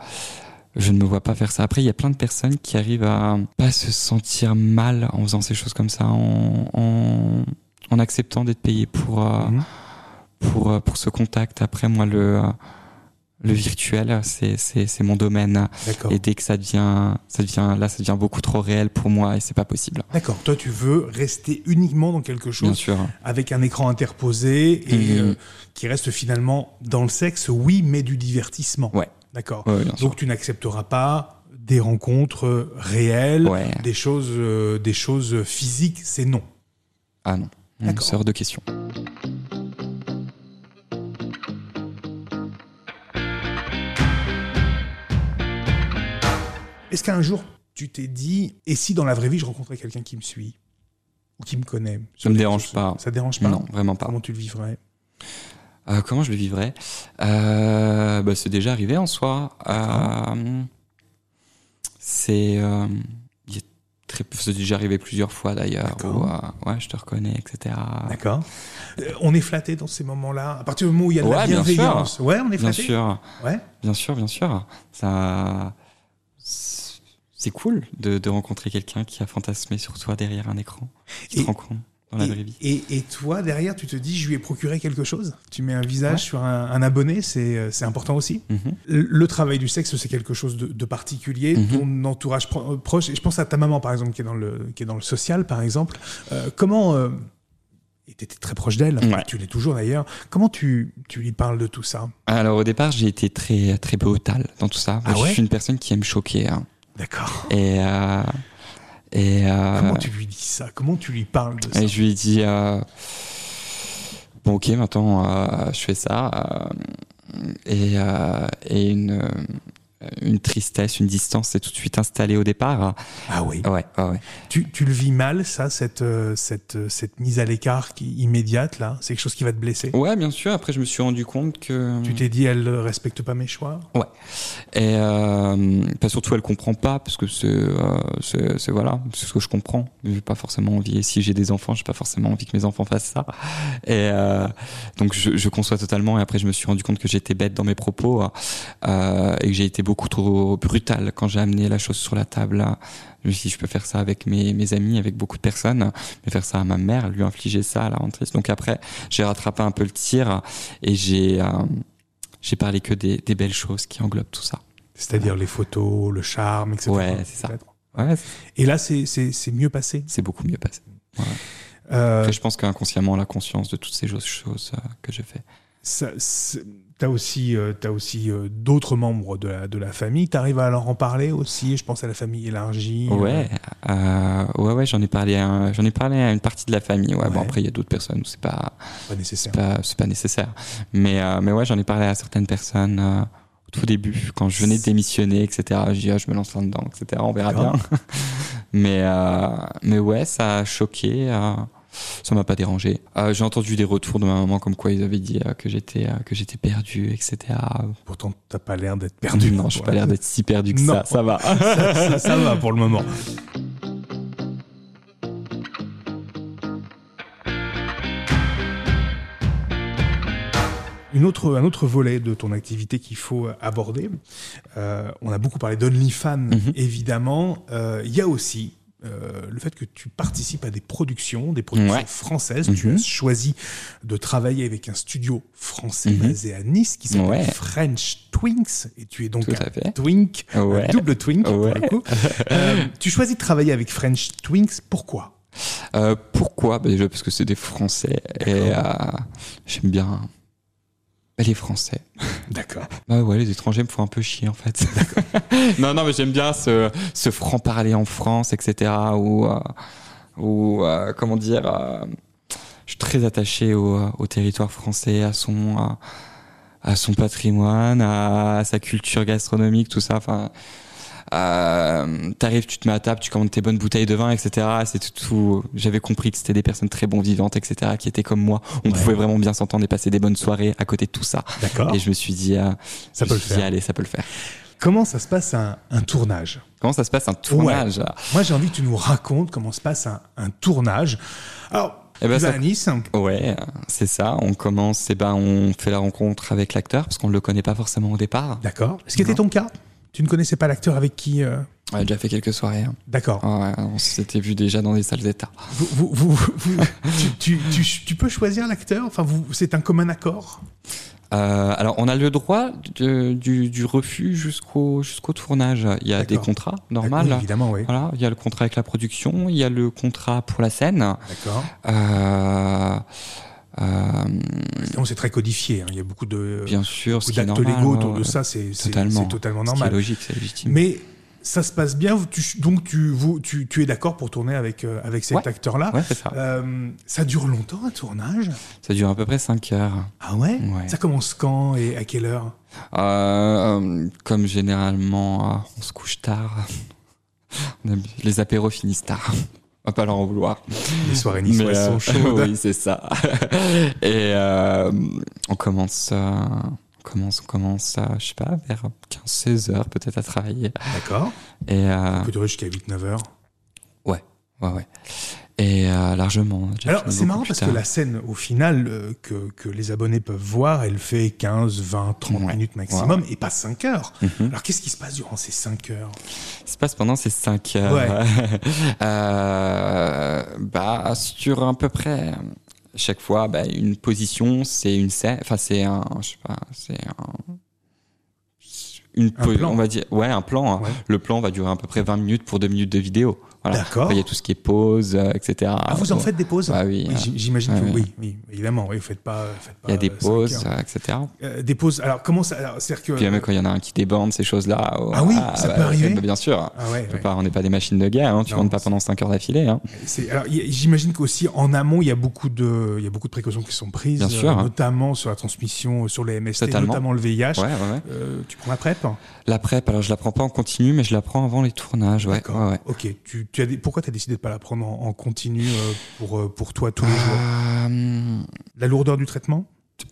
je ne me vois pas faire ça. Après, il y a plein de personnes qui arrivent à pas se sentir mal en faisant ces choses comme ça, en, en, en acceptant d'être payé pour euh,
Mhm.
pour euh, pour ce contact. Après, moi le euh, le virtuel, c'est c'est c'est mon domaine.
D'accord.
Et dès que ça devient ça devient là, ça devient beaucoup trop réel pour moi et c'est pas possible.
D'accord, toi tu veux rester uniquement dans quelque
Bien
chose
sûr.
avec un écran interposé et
Mhm.
euh, qui reste finalement dans le sexe, oui, mais du divertissement.
Ouais.
D'accord.
Ouais, bien sûr.
Donc tu n'accepteras pas des rencontres euh, réelles,
Ouais.
des choses, euh, des choses physiques, c'est non.
Ah non. On
D'accord.
sort de question.
Est-ce qu'un jour tu t'es dit, et si dans la vraie vie je rencontrais quelqu'un qui me suit ou qui me connaît
Ça me dérange pas.
Ça te dérange pas
Non, vraiment pas.
Comment tu le vivrais
Euh, comment je le vivrais euh, bah, C'est déjà arrivé en soi. Euh, c'est euh, il y a très- c'est déjà arrivé plusieurs fois d'ailleurs.
D'accord.
où, euh, ouais, je te reconnais, etc.
D'accord. Euh, on est flatté dans ces moments-là. À partir du moment où il y a de la
Ouais, bien sûr.
bienveillance. ouais, on est
Bien
flatté.
sûr,
Ouais.
bien sûr, bien sûr. Ça, c'est cool de, de rencontrer quelqu'un qui a fantasmé sur toi derrière un écran. Tu
Et-
te rends compte dans la
et,
vraie vie.
et- et toi, derrière, tu te dis, je lui ai procuré quelque chose. Tu mets un visage sur un, un abonné, c'est euh, c'est important aussi.
Mhm.
Le- Le travail du sexe, c'est quelque chose de, de particulier.
Mhm.
Ton entourage pro- euh, proche, et je pense à ta maman, par exemple, qui est dans le, qui est dans le social, par exemple. Euh, comment. euh, et t'étais très proche d'elle,
Ouais.
tu l'es toujours d'ailleurs. Comment tu, tu lui parles de tout ça
Alors au départ, j'ai été très très brutal dans tout ça. Moi,
Ah ouais
je suis une personne qui aime choquer. hein.
D'accord.
Et euh, et, euh,
Comment tu lui dis ça Comment tu lui parles de ça
et je lui ai dit euh, bon ok maintenant euh, je fais ça euh, et euh, et une euh, une tristesse, une distance s'est tout de suite installée au départ.
Ah oui.
Ouais, ouais, ouais.
Tu, tu le vis mal, ça, cette, euh, cette, euh, cette mise à l'écart qui, immédiate, là C'est quelque chose qui va te blesser
Ouais, bien sûr. Après, je me suis rendu compte que
Tu t'es dit, elle euh, respecte pas mes choix
Et euh, bah, surtout, elle comprend pas parce que c'est, euh, c'est, c'est- voilà, c'est ce que je comprends. J'ai pas forcément envie. Et si j'ai des enfants, j'ai pas forcément envie que mes enfants fassent ça. Et euh, donc, je, je conçois totalement. Et après, je me suis rendu compte que j'étais bête dans mes propos hein, euh, et que j'ai été beaucoup trop brutal quand j'ai amené la chose sur la table. hein. Je me suis dit, je peux faire ça avec mes, mes amis, avec beaucoup de personnes, mais faire ça à ma mère, lui infliger ça à la rentrée. Donc après, j'ai rattrapé un peu le tir et j'ai euh, j'ai parlé que des, des belles choses qui englobent tout ça.
C'est-à-dire les photos, le charme, etc.
Ouais, c'est ça. Ouais, c'est-
Et là, c'est- c'est c'est mieux passé.
c'est beaucoup mieux passé.
Euh,
Après, je pense qu'inconsciemment, la conscience de toutes ces choses, choses euh, que je fais.
ça- c'est- T'as aussi, euh, t'as aussi euh, d'autres membres de la, de la famille. T'arrives à leur en parler aussi. Je pense à la famille élargie.
Ouais, euh, ouais, ouais, j'en ai parlé, à un- j'en ai parlé à une partie de la famille. Ouais, bon
Ouais.
après, il y a d'autres personnes où c'est pas,
euh, pas nécessaire.
c'est pas, c'est pas nécessaire. Mais, euh, mais ouais, j'en ai parlé à certaines personnes euh, au tout début, quand je venais de démissionner, etc. J'ai dit, ah, je me lance là-dedans, etc. On verra bien.
D'accord.
(laughs) mais, euh, mais ouais, ça a choqué. euh, ça m'a pas dérangé. Euh, J'ai entendu des retours de ma maman comme quoi ils avaient dit euh, que j'étais euh, que j'étais perdu, etc.
Pourtant, t'as pas l'air d'être perdu.
Non, j'ai pas
Voilà.
l'air d'être si perdu que
Non.
ça. Ça
(laughs)
va.
ça, ça- ça va pour le moment. Une autre, un autre volet de ton activité qu'il faut aborder, euh, on a beaucoup parlé d'OnlyFans,
Mhm.
évidemment. Euh, Il y a aussi euh, le fait que tu participes à des productions, des productions
Ouais.
françaises. Tu
Mhm.
as choisi de travailler avec un studio français
Mhm.
basé à Nice qui s'appelle
Ouais.
French Twinks. Et tu es donc
Tout
un
à fait.
twink, un
Ouais.
double twink
Ouais.
pour le coup.
(laughs)
Euh, tu choisis de travailler avec French Twinks, pourquoi
Euh, pourquoi Bah, Déjà parce que c'est des Français et euh, j'aime bien bah, les Français.
D'accord.
Bah ouais, les étrangers me font un peu chier en fait. (laughs) non, non, mais j'aime bien ce, ce franc-parler en France, etc. Ou, euh, ou euh, comment dire, euh, je suis très attaché au, euh, au territoire français, à son, à, à son patrimoine, à, sa culture gastronomique, tout ça. Enfin, euh, t'arrives, tu te mets à table, tu commandes tes bonnes bouteilles de vin, etc. C'est tout. tout- J'avais compris que c'était des personnes très bon vivantes, etc. Qui étaient comme moi. On
Ouais.
pouvait vraiment bien s'entendre et passer des bonnes soirées à côté de tout ça.
D'accord.
Et je me suis dit, ah,
Ça
je me
peut le
suis dit,
faire.
allez, ça peut le faire.
Comment ça se passe un, un tournage
Comment ça se passe un tournage là
Moi, j'ai envie que tu nous racontes comment se passe un, un tournage. Alors,
Eh ben,
tu vas
ça-
à Nice,
Ouais, euh, c'est ça. On commence, eh ben, on fait la rencontre avec l'acteur parce qu'on ne le connaît pas forcément au départ.
d'accord. Ce qui était ton cas Tu ne connaissais pas l'acteur avec qui euh,
On a déjà fait quelques soirées. hein.
D'accord.
Ouais, on s'était vu déjà dans des salles d'état.
Vous- vous- vous- vous- tu, tu- tu- tu peux choisir l'acteur Enfin, vous- c'est un commun accord
Euh, alors, on a le droit de- du, du refus jusqu'au jusqu'au tournage. Il y a des
D'accord.
contrats
Oui,
normal.
évidemment, oui.
Voilà, il y a le contrat avec la production, il y a le contrat pour la scène.
D'accord.
Euh, euh,
Évidemment, C'est très codifié. hein. Il y a beaucoup de,
bien sûr, ce
beaucoup
qui est
d'actes
normal. euh,
légaux
ouais,
autour de
ouais.
ça. C'est c'est-
Totalement.
c'est totalement
Ce qui est
normal.
logique, c'est légitime.
Mais ça se passe bien, tu- donc tu, vous- tu, tu es d'accord pour tourner avec, euh, avec cet
Ouais.
acteur-là.
Ouais, c'est ça.
Euh, ça dure longtemps un tournage
Ça dure à peu près 5 heures.
Ah ouais,
Ouais.
Ça commence quand et à quelle heure
Euh, comme généralement, euh, on se couche tard. (laughs) On aime- Les apéros finissent tard. On va pas leur en vouloir.
Les soirées niçoises
euh, (laughs)
sont hein. chaudes.
oui, c'est ça. (laughs) Et euh, on commence, euh, on commence, on commence, euh, je sais pas, vers 15-16 heures peut-être à travailler.
D'accord.
Et euh,
Ça peut durer jusqu'à 8-9 heures.
ouais, ouais. Et euh, largement. Jeff
Alors,
Lowe,
c'est
beaucoup
marrant
plus
parce
tard.
que la scène, au final, euh, que, que les abonnés peuvent voir, elle fait 15, 20, 30
Ouais.
minutes maximum et pas 5 heures.
Mhm.
Alors, qu'est-ce qui se passe durant ces 5 heures
Ce qui se passe pendant ces 5 heures (laughs) Euh, bah, Sur à peu près chaque fois, bah, une position, c'est une scène, enfin c'est un, je sais pas, c'est un, une
Un
po-
plan.
on va dire, ouais, un plan. hein.
Ouais.
Le plan va durer à peu près 20 minutes pour 2 minutes de vidéo. Voilà.
D'accord.
Après, Il y a tout ce qui est pause, euh, etc.
Ah, vous en faites des pauses
Bah oui,
Oui,
euh,
j'im- J'imagine
ouais,
que
ouais.
oui, oui, évidemment. Oui, vous faites pas. faites
il y a
pas,
des
euh, cinq
pauses,
heures.
euh, etc.
Euh, des pauses. Alors, comment ça. alors, C'est-à-dire que. euh,
Puis même quand il y en a un qui déborde, ces choses-là. oh,
Ah oui, ça peut arriver.
bah, Bien sûr.
Ah ouais,
On peut
ouais.
pas- on n'est pas des machines de guerre, hein, tu
Non,
rentres pas
c'est-
pendant 5 heures d'affilée.
(laughs)
hein.
C'est- Alors, y- j'imagine qu'aussi en amont, il y a beaucoup de, il y a beaucoup de précautions qui sont prises,
Bien sûr. hein.
notamment sur la transmission, euh, sur les MST,
Totalement.
notamment le VIH.
Ouais, ouais, ouais.
Euh, tu prends la PrEP
La PrEP, alors je la prends pas en continu, mais je la prends avant les tournages. Ouais,
D'accord.
ouais, ouais.
Ok. Tu, tu as des- Pourquoi tu as décidé de pas la prendre en, en continu euh, pour, euh, pour toi tous les jours
Euh,
La lourdeur du traitement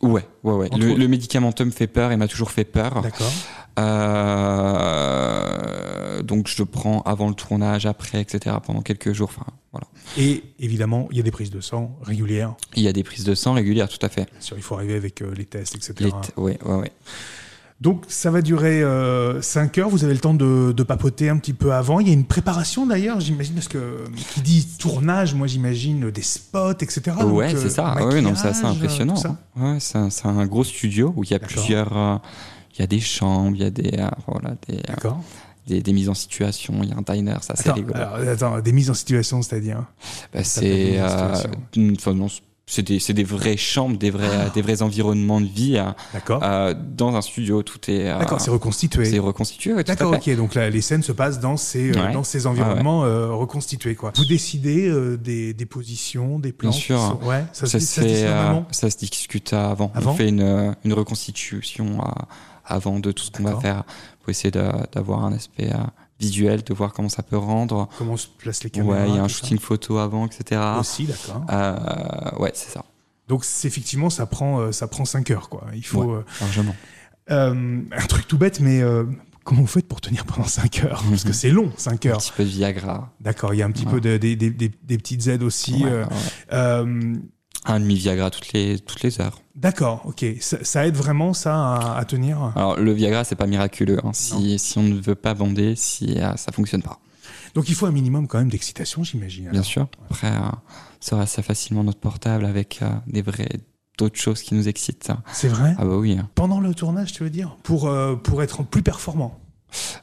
ouais, ouais, ouais.
Entre
Le,
autres.
le médicamenteux me fait peur et m'a toujours fait peur.
D'accord.
Euh, donc je prends avant le tournage, après, etc. Pendant quelques jours. Enfin, voilà.
Et évidemment, il y a des prises de sang régulières.
Il y a des prises de sang régulières, tout à fait.
Bien sûr, il faut arriver avec euh, les tests, etc.
Les t- ouais, ouais, ouais.
Donc ça va durer 5 heures, vous avez le temps de, de papoter un petit peu avant. Il y a une préparation d'ailleurs, j'imagine, parce que euh, qui dit tournage, moi j'imagine euh, des spots, etc. Donc,
ouais,
euh,
c'est ça. Ah, Ouais, non, c'est assez
maquillage,
impressionnant. hein.
tout ça.
Ouais, c'est un, c'est un gros studio où il y a
D'accord.
plusieurs. euh, Il y a des chambres, il y a des, euh, voilà, des, euh,
D'accord.
des, des mises en situation, il y a un diner, ça c'est
Attends,
rigolo.
alors, attends, des mises en situation, c'est-à-dire
Bah,
Ça peut être
c'est
une
euh,
situation.
une- enfin, non, c'est des, c'est des vraies chambres, des vrais,
Ah.
des vrais environnements de vie hein,
D'accord.
euh, dans un studio. Tout est, euh,
Oh. D'accord, c'est
c'est
reconstitué.
reconstitué. ouais, tout à
D'accord,
fait.
ok. Donc là, les scènes se passent dans ces, euh,
Ouais.
dans ces environnements euh, reconstitués. Quoi. Vous décidez euh, des, des positions, des plans.
Bien sûr.
qui sont- Ouais, ça, se
Ça,
dit-
se
ça se dit
fait, euh,
normalement.
ça se discute avant.
Avant
On fait une, euh, une reconstitution euh, avant de tout ce qu'on va
D'accord.
faire pour essayer de- d'avoir un aspect euh, visuel, de voir comment ça peut rendre.
Comment se placent les caméras
Ouais, il y a un
tout ça.
shooting photo avant, etc.
Aussi, d'accord.
Euh, ouais, c'est ça,
Donc c'est- effectivement, ça prend, euh, ça prend 5 heures. Quoi. Il faut, euh,
largement.
euh, un truc tout bête, mais euh, comment vous faites pour tenir pendant (laughs) 5 heures Parce que c'est long, 5
Un
heures.
petit peu de Viagra.
D'accord, il y a un petit
Mhm. Ouais.
peu de- des- des- des- des petites aides aussi.
Ouais,
euh,
ouais.
euh,
Un demi-Viagra toutes les, toutes les heures.
D'accord, ok. Ça, ça aide vraiment ça à, à tenir
Alors, le Viagra, c'est pas miraculeux. hein. Si, si on ne veut pas bander, si euh, ça fonctionne pas,
Donc il faut un minimum quand même d'excitation, j'imagine.
bien sûr. Après, euh, ça reste facilement notre portable avec euh, des vrais d'autres choses qui nous excitent. hein.
C'est vrai
Ah bah oui.
Pendant le tournage, tu veux dire Pour, euh, pour être plus performant.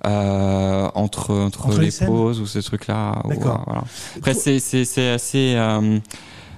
Euh, entre, entre
Entre les
les
scènes
pauses ou ces trucs-là. ou,
D'accord.
euh, voilà. Après, c'est c'est- c'est assez. euh,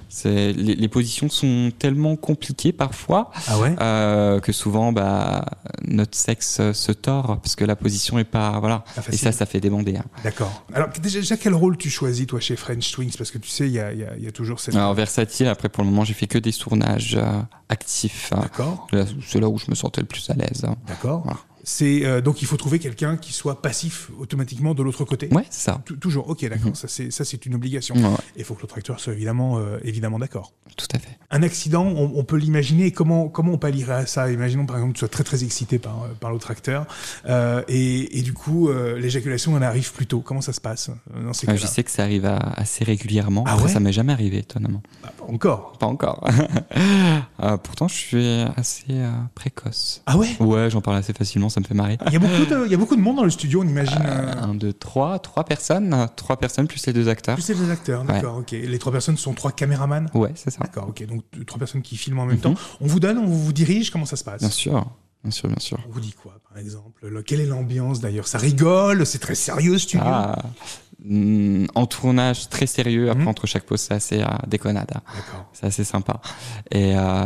c'est- les, les positions sont tellement compliquées parfois
Ah ouais
euh, que souvent bah, notre sexe euh, se tord parce que la position est pas voilà
Pas
Ah, et
Ah, facile.
ça ça fait débander. hein.
D'accord. Alors déjà, déjà, quel rôle tu choisis toi chez French Twins Parce que tu sais, il y a, il y a- il y a toujours cette...
Alors versatile après pour le moment j'ai fait que des tournages euh, actifs. hein.
D'accord,
Là, C'est là où je me sentais le plus à l'aise. hein.
d'accord.
Voilà.
C'est euh, donc il faut trouver quelqu'un qui soit passif automatiquement de l'autre côté.
Ouais Mm. c'est ça.
Tou- Toujours. Ok, d'accord. Ça c'est ça c'est une obligation.
Ouais, ouais,
Et il faut que l'autre acteur soit évidemment euh, évidemment d'accord.
tout à fait.
Un accident, on, on peut l'imaginer. Et Comment comment on pallierait à ça Imaginons par exemple que tu sois très très excité par euh, par l'autre acteur euh, et, et du coup euh, l'éjaculation elle arrive plus tôt. Comment ça se passe euh, dans ces
Euh,
cas-là
je sais que ça arrive à- assez régulièrement.
Ah
Après,
ouais
ça m'est jamais arrivé étonnamment.
Bah, pas Encore.
Pas encore. (laughs) Euh, pourtant, je suis assez euh, précoce.
Ah ouais
Ouais, j'en parle assez facilement, ça me fait marrer.
Il y a beaucoup de il y a beaucoup de monde dans le studio. On imagine. euh,
Un, deux, trois, trois personnes, euh, trois personnes plus les deux acteurs.
Plus les acteurs, d'accord, ok. Les trois personnes sont trois caméramans
Ouais, c'est ça.
D'accord, ok. Donc t- trois personnes qui filment en même
Ah. Mhm.
temps. On vous donne, on vous dirige, comment ça se passe
Bien sûr, bien sûr, bien sûr.
On vous dit quoi, par exemple Le- Quelle est l'ambiance d'ailleurs Ça rigole, c'est très sérieux ce studio.
Ah, mm, en tournage très sérieux, après
Mhm.
entre chaque pause, c'est assez euh, déconnade. hein.
D'accord.
C'est assez sympa. Et, euh,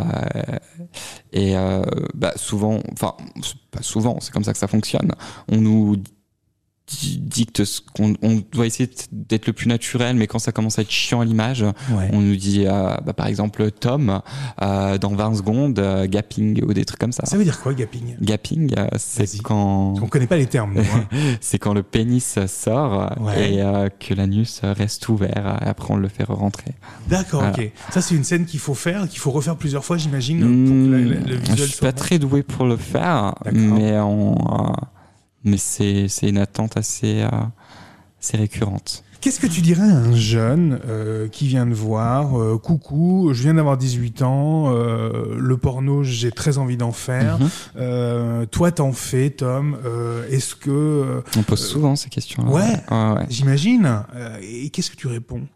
et euh, bah, souvent, enfin, c'est pas souvent, c'est comme ça que ça fonctionne. On nous di- dicte ce qu'on on doit essayer d'être le plus naturel, mais quand ça commence à être chiant à l'image,
Ouais.
on nous dit, euh, bah, par exemple, Tom, euh, dans 20 secondes, euh, gapping ou des trucs comme ça.
Ça veut dire quoi, gapping
Gapping, euh, c'est
Vas-y.
quand,
Parce qu'on connaît pas les termes,
(laughs)
nous, hein.
c'est quand le pénis euh, sort euh,
Ouais.
et euh, que l'anus euh, reste ouvert. euh, Et après, on le fait rentrer.
D'accord,
Voilà.
ok. Ça, c'est une scène qu'il faut faire, qu'il faut refaire plusieurs fois, j'imagine, pour que la- la- le
Hmm, Je
visuel
suis
soit
pas
bon.
très doué pour le faire,
D'accord.
mais, on, euh, mais c'est c'est une attente assez, euh, assez récurrente.
Qu'est-ce que tu dirais à un jeune euh, qui vient de voir euh, Coucou, je viens d'avoir 18 ans, euh, le porno, j'ai très envie d'en faire.
Mhm.
Euh, toi, t'en fais, Tom. euh, Est-ce que. euh,
On pose souvent ces questions.
ouais.
ouais.
J'imagine. euh, et qu'est-ce que tu réponds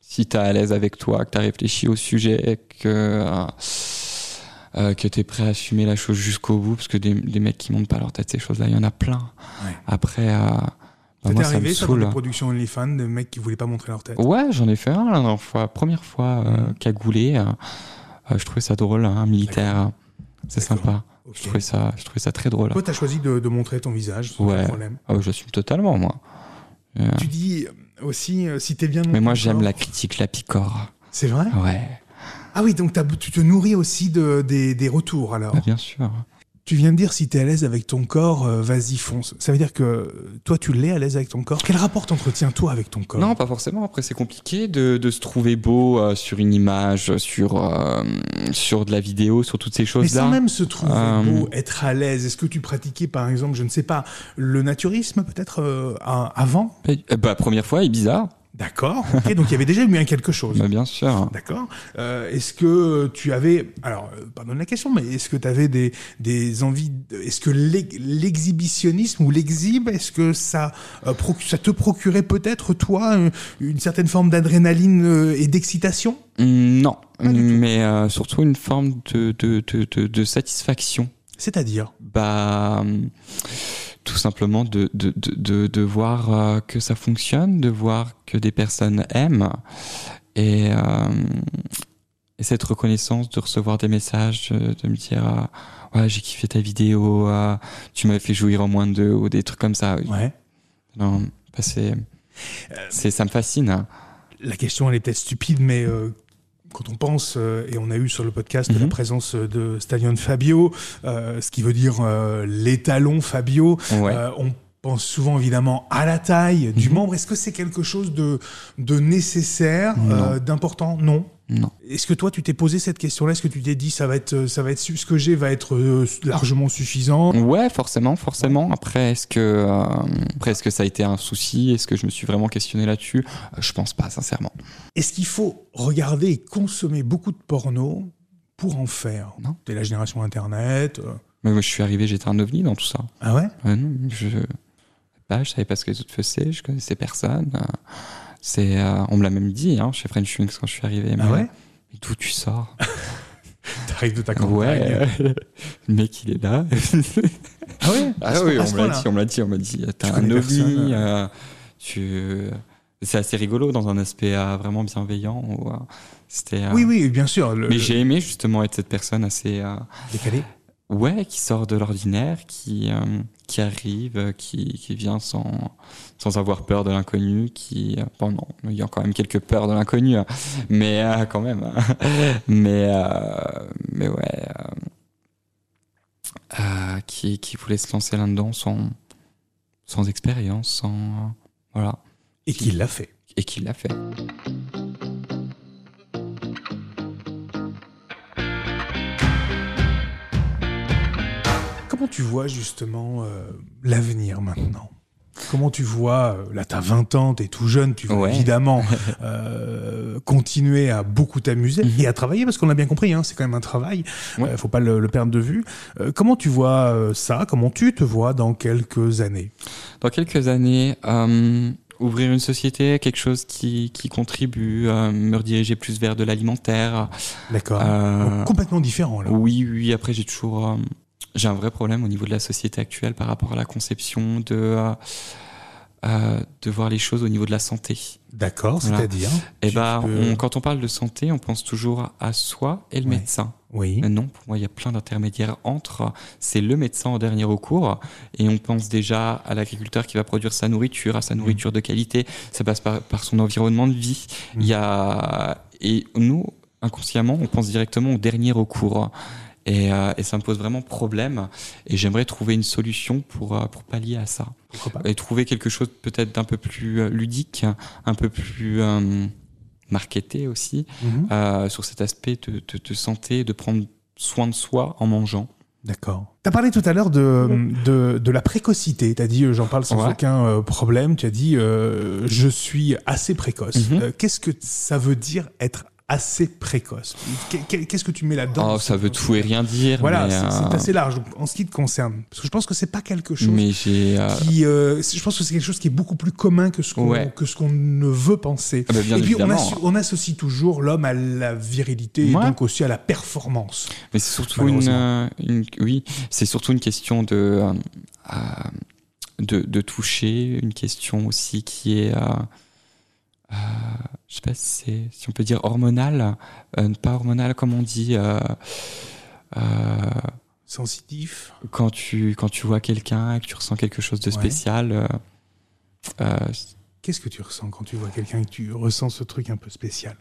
si t'es à l'aise avec toi, que t'as réfléchi au sujet, et que euh, euh, que t'es prêt à assumer la chose jusqu'au bout, parce que des, des mecs qui montent pas leur tête ces choses-là, il y en a plein.
Ouais.
Après, euh, bah,
Ça t'est
moi ça me
arrivé, ça, dans
saoule. hein. Oh,
des productions OnlyFans, de mecs qui voulaient pas montrer leur tête
Ouais, j'en ai fait un la dernière fois, première fois euh, cagoulé. euh, euh, je trouvais ça drôle, hein, un militaire. hein. C'est
D'accord.
sympa.
Ok.
Je trouvais ça, je trouvais ça très drôle.
Toi, t'as choisi de, de montrer ton visage, sans
Ouais.
problème.
Ah, je l'assume totalement moi. Euh,
Tu dis euh, aussi, euh, si t'es bien. dans
mais moi
ton
j'aime
corps-
la critique, la picore.
C'est vrai
Ouais,
Ah oui, donc t'as- tu te nourris aussi de, des, des retours alors.
bah, bien sûr.
Tu viens de dire si t'es à l'aise avec ton corps, euh, vas-y fonce. Ça veut dire que euh, toi tu l'es à l'aise avec ton corps. Quel rapport t'entretiens toi avec ton corps
Non, pas forcément. Après, c'est compliqué de, de se trouver beau euh, sur une image, sur, euh, sur de la vidéo, sur toutes ces
Mais sans
choses-là.
même se trouver
Euh,
beau, être à l'aise. Est-ce que tu pratiquais par exemple, je ne sais pas, le naturisme peut-être euh, à- avant
Eh Bah, première fois, est bizarre.
D'accord. Ok, donc il y avait déjà eu un quelque chose.
Bah, bien sûr.
D'accord. Euh, Est-ce que tu avais, alors, euh, pardonne la question, mais est-ce que tu avais des, des envies, de- est-ce que l'e- l'exhibitionnisme ou l'exhibe, est-ce que ça, euh, proc- ça te procurait peut-être, toi, une, une certaine forme d'adrénaline euh, et d'excitation
Mm, Non.
Pas du tout.
Mais euh, surtout une forme de, de, de, de, de satisfaction.
C'est-à-dire
Bah, hum, tout simplement de, de, de, de, de voir euh, que ça fonctionne, de voir que des personnes aiment. Et, euh, et cette reconnaissance de recevoir des messages, euh, de me dire euh, Ouais, j'ai kiffé ta vidéo, euh, tu m'as fait jouir en moins de deux, ou des trucs comme ça.
Ouais. Euh,
Non, bah, c'est. c'est- Ça me fascine. hein.
La question, elle est peut-être stupide, mais euh, quand on pense, euh, et on a eu sur le podcast la
Mhm.
présence de Stallion Fabio, euh, ce qui veut dire euh, l'étalon Fabio,
Ouais.
Euh, on pense souvent évidemment à la taille du
Mhm.
membre. Est-ce que c'est quelque chose de, de nécessaire, euh, d'important Non.
Non.
Est-ce que toi, tu t'es posé cette question-là Est-ce que tu t'es dit, ça va être, euh, ça va être, su- ce que j'ai va être euh, largement suffisant
Ouais, forcément, forcément. Après, est-ce que, euh, après, est-ce que ça a été un souci Est-ce que je me suis vraiment questionné là-dessus Euh, Je pense pas, sincèrement.
Est-ce qu'il faut regarder et consommer beaucoup de porno pour en faire
Non.
T'es la génération Internet. euh.
Mais moi, je suis arrivé, j'étais un ovni dans tout ça.
Ah ouais
Ouais, non, je... Bah, je savais pas ce que les autres faisaient, je connaissais personne. euh, C'est, euh, on me l'a même dit hein, chez French Wings quand je suis arrivé.
Ah
mais-
ouais
mais D'où tu sors
T'arrives de ta campagne.
Ouais, (laughs) le mec il est là.
Ah ouais À
ah (laughs)
ce-
oui,
à ce
on me l'a
point-là.
dit, on me l'a dit, on m'a dit, t'as un
connais personne,
ovni,
euh.
euh, tu. C'est assez rigolo dans un aspect euh, vraiment bienveillant. où, euh, c'était. euh,
Oui, oui, bien sûr. Le,
Mais
le-
j'ai aimé justement être cette personne assez. euh,
décalé.
Ouais, qui sort de l'ordinaire, qui, euh, qui arrive, euh, qui, qui vient sans, sans avoir peur de l'inconnu, qui... euh, Bon, non, il y a quand même quelques peurs de l'inconnu, hein, mais euh, quand même. hein. (laughs) Mais, euh, mais ouais, euh, euh, qui, qui voulait se lancer là-dedans sans, sans expérience, sans... euh, voilà,
Et qui l'a fait
et qui l'a fait.
Comment tu vois justement euh, l'avenir maintenant Comment tu vois, euh, là t'as 20 ans, t'es tout jeune, tu vas
Ouais. (laughs)
évidemment euh, continuer à beaucoup t'amuser
Mhm.
et à travailler, parce qu'on l'a bien compris, hein, c'est quand même un travail, il
Ouais.
faut pas le, le perdre de vue. Euh, comment tu vois euh, ça Comment tu te vois dans quelques années
dans quelques années, euh, ouvrir une société, quelque chose qui, qui contribue, euh, me rediriger plus vers de l'alimentaire.
D'accord
Euh,
Donc, Complètement différent là.
oui, oui, après j'ai toujours... euh, j'ai un vrai problème au niveau de la société actuelle par rapport à la conception de, euh, euh, de voir les choses au niveau de la santé.
D'accord,
Voilà.
c'est-à-dire
Et
Tu
ben,
peux-
on- quand on parle de santé, on pense toujours à soi et le
Ouais.
médecin.
Oui.
Mais non, pour moi, il y a plein d'intermédiaires entre. C'est le médecin en dernier recours. Et on pense déjà à l'agriculteur qui va produire sa nourriture, à sa nourriture de qualité. Ça passe par, par son environnement de vie.
Mm.
Il y a... Et nous, inconsciemment, on pense directement au dernier recours. Et, euh, et ça me pose vraiment problème. Et j'aimerais trouver une solution pour, euh, pour pallier à ça.
Pourquoi pas
Et trouver quelque chose peut-être d'un peu plus euh, ludique, un peu plus euh, marketé aussi
Mhm.
euh, sur cet aspect de, de, de santé, de prendre soin de soi en mangeant.
D'accord. Tu as parlé tout à l'heure de, de, de la précocité. Tu as dit, euh, j'en parle sans
Ouais.
aucun euh, problème. Tu as dit, euh, je suis assez précoce.
Mhm.
Euh, Qu'est-ce que ça veut dire être assez précoce Qu'est- qu'est- Qu'est-ce que tu mets là-dedans
Oh, ça veut tout et rien dire.
Voilà,
mais,
c'est c'est
euh,
assez large donc, en ce qui te concerne. Parce que je pense que c'est pas quelque chose
Mais j'ai. euh,
qui. euh, c'est- je pense que c'est quelque chose qui est beaucoup plus commun que ce qu'on
Ouais.
que ce qu'on ne veut penser.
ah bah, bien
et puis on,
évidemment.
asso- on associe toujours l'homme à la virilité et
Ouais.
donc aussi à la performance.
Mais c'est surtout une,
Malheureusement.
euh, une- oui, c'est surtout une question de, euh, euh, de de toucher, une question aussi qui est, euh, euh, je sais pas si, c'est- si on peut dire hormonale, euh, pas hormonale comme on dit. euh, euh,
Sensitif.
quand tu quand tu vois quelqu'un et que tu ressens quelque chose de
Ouais.
spécial, euh, euh,
Qu'est-ce que tu ressens quand tu vois quelqu'un et que tu ressens ce truc un peu spécial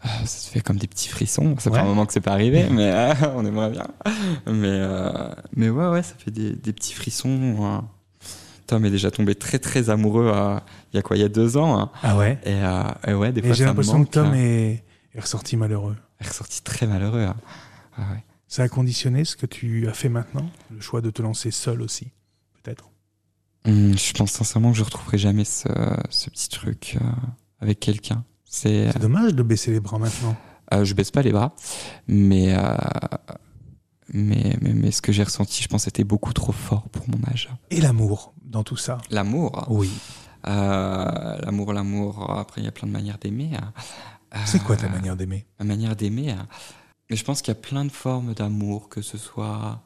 Ah, Ça se fait comme des petits frissons. Ça fait
Ouais.
un moment que c'est pas
(laughs)
arrivé, mais euh, on aimerait bien. Mais, euh, mais ouais, ouais, ça fait des, des petits frissons. hein. Putain, mais déjà tombé très très amoureux euh, il y a quoi, il y a deux ans. hein.
Ah ouais
Et, euh, et ouais, des
Et
fois ça
j'ai
me
l'impression que
manque,
Tom
hein.
est, est ressorti malheureux.
est ressorti très malheureux. hein. Ah ouais.
Ça a conditionné ce que tu as fait maintenant Le choix de te lancer seul aussi, peut-être
Hum, je pense sincèrement que je retrouverai jamais ce, ce petit truc euh, avec quelqu'un. C'est
C'est dommage de baisser les bras maintenant.
Euh, je baisse pas les bras, mais, euh, mais, mais, mais ce que j'ai ressenti, je pense, était beaucoup trop fort pour mon âge.
Et l'amour dans tout ça
L'amour,
Oui.
Euh, l'amour, l'amour, après il y a plein de manières d'aimer. hein. Euh, (laughs)
C'est quoi ta manière d'aimer
Ma manière d'aimer. hein. Mais je pense qu'il y a plein de formes d'amour, que ce soit.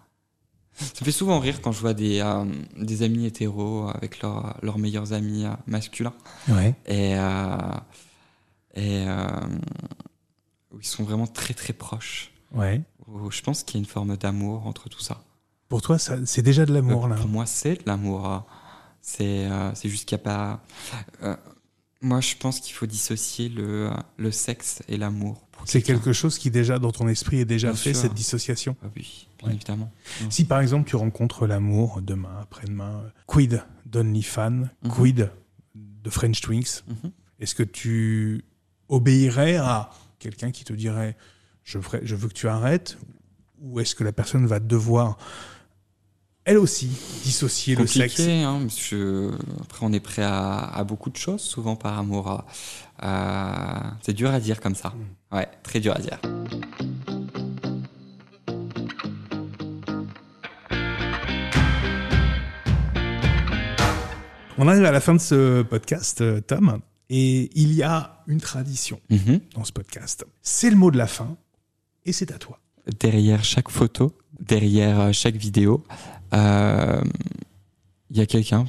Ça me fait souvent rire quand je vois des, euh, des amis hétéros avec leurs leurs meilleurs amis euh, masculins.
Ouais.
Et. euh, et. euh, où ils sont vraiment très très proches.
Ouais.
Où Oh, je pense qu'il y a une forme d'amour entre tout ça.
Pour toi, ça- c'est déjà de l'amour,
Euh,
là.
Pour moi, c'est de l'amour. euh, C'est euh, c'est juste qu'il n'y a pas. euh, moi, je pense qu'il faut dissocier le, euh, le sexe et l'amour. pour
C'est
quelqu'un.
quelque chose qui, déjà, dans ton esprit, est déjà
Bien
fait,
sûr.
cette dissociation.
Ah oui, bien
Ouais.
évidemment.
Si, par exemple, tu rencontres l'amour demain, après-demain, euh, quid d'OnlyFans,
Mhm.
quid de French Twinks
Mhm.
Est-ce que tu obéirais à quelqu'un qui te dirait je, ferai- je veux que tu arrêtes Ou est-ce que la personne va devoir, elle aussi, dissocier le sexe
Compliqué, hein, parce que après on est prêt à, à beaucoup de choses, souvent par amour. euh, euh, c'est dur à dire comme ça.
Mm.
Ouais, très dur à dire.
On arrive à la fin de ce podcast, euh, Tom, et il y a une tradition
Mhm.
dans ce podcast. C'est le mot de la fin, et c'est à toi.
derrière chaque photo, derrière euh, chaque vidéo, euh, il y a quelqu'un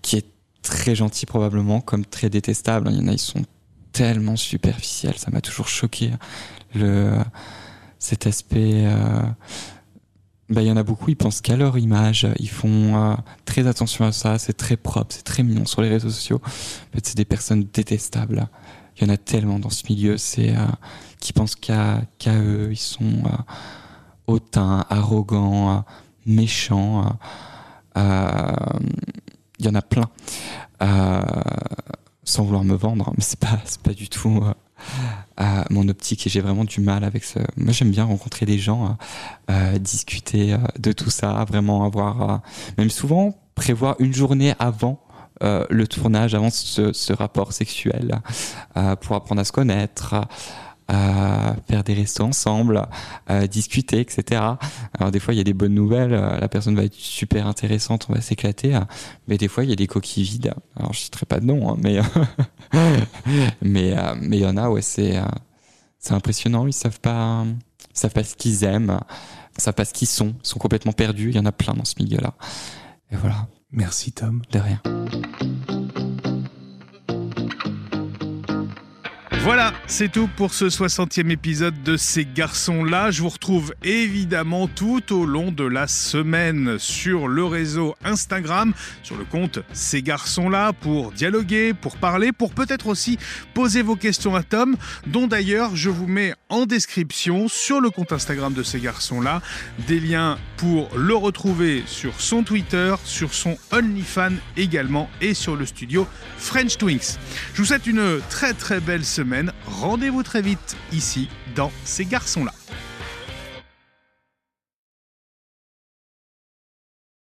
qui est très gentil probablement, comme très détestable. Il y en a, ils sont tellement superficiels, ça m'a toujours choqué. Le, cet aspect... euh, bah, il y en a beaucoup, ils pensent qu'à leur image, ils font euh, très attention à ça, c'est très propre, c'est très mignon sur les réseaux sociaux. En fait, c'est des personnes détestables. Il y en a tellement dans ce milieu, c'est... euh, qui pensent qu'à qu'à eux. Ils sont euh, hautains, arrogants, euh, méchants. euh, euh, Il y en a plein. Euh, sans vouloir me vendre, hein, mais c'est pas, c'est pas du tout euh, euh, mon optique et j'ai vraiment du mal avec ce. Moi, j'aime bien rencontrer des gens, euh, euh, discuter euh, de tout ça, vraiment avoir. euh, même souvent, prévoir une journée avant. euh, le tournage avant ce, ce rapport sexuel euh, pour apprendre à se connaître, euh, faire des restos ensemble, euh, discuter, etc. Alors des fois il y a des bonnes nouvelles, euh, la personne va être super intéressante, on va s'éclater, euh, mais des fois il y a des coquilles vides. Alors je citerai pas de nom, hein, mais (laughs) mais euh, mais il y en a ouais c'est euh, c'est impressionnant, ils savent pas ils savent pas ce qu'ils aiment, ils savent pas ce qu'ils sont, ils sont complètement perdus. Il y en a plein dans ce milieu là. Et voilà,
Merci, Tom.
de rien.
Voilà, c'est tout pour ce 60e épisode de Ces garçons-là. Je vous retrouve évidemment tout au long de la semaine sur le réseau Instagram, sur le compte Ces garçons-là, pour dialoguer, pour parler, pour peut-être aussi poser vos questions à Tom, dont d'ailleurs je vous mets en description sur le compte Instagram de Ces garçons-là des liens pour le retrouver sur son Twitter, sur son OnlyFans également et sur le studio French Twinks. Je vous souhaite une très très belle semaine. Rendez-vous très vite ici dans ces garçons-là.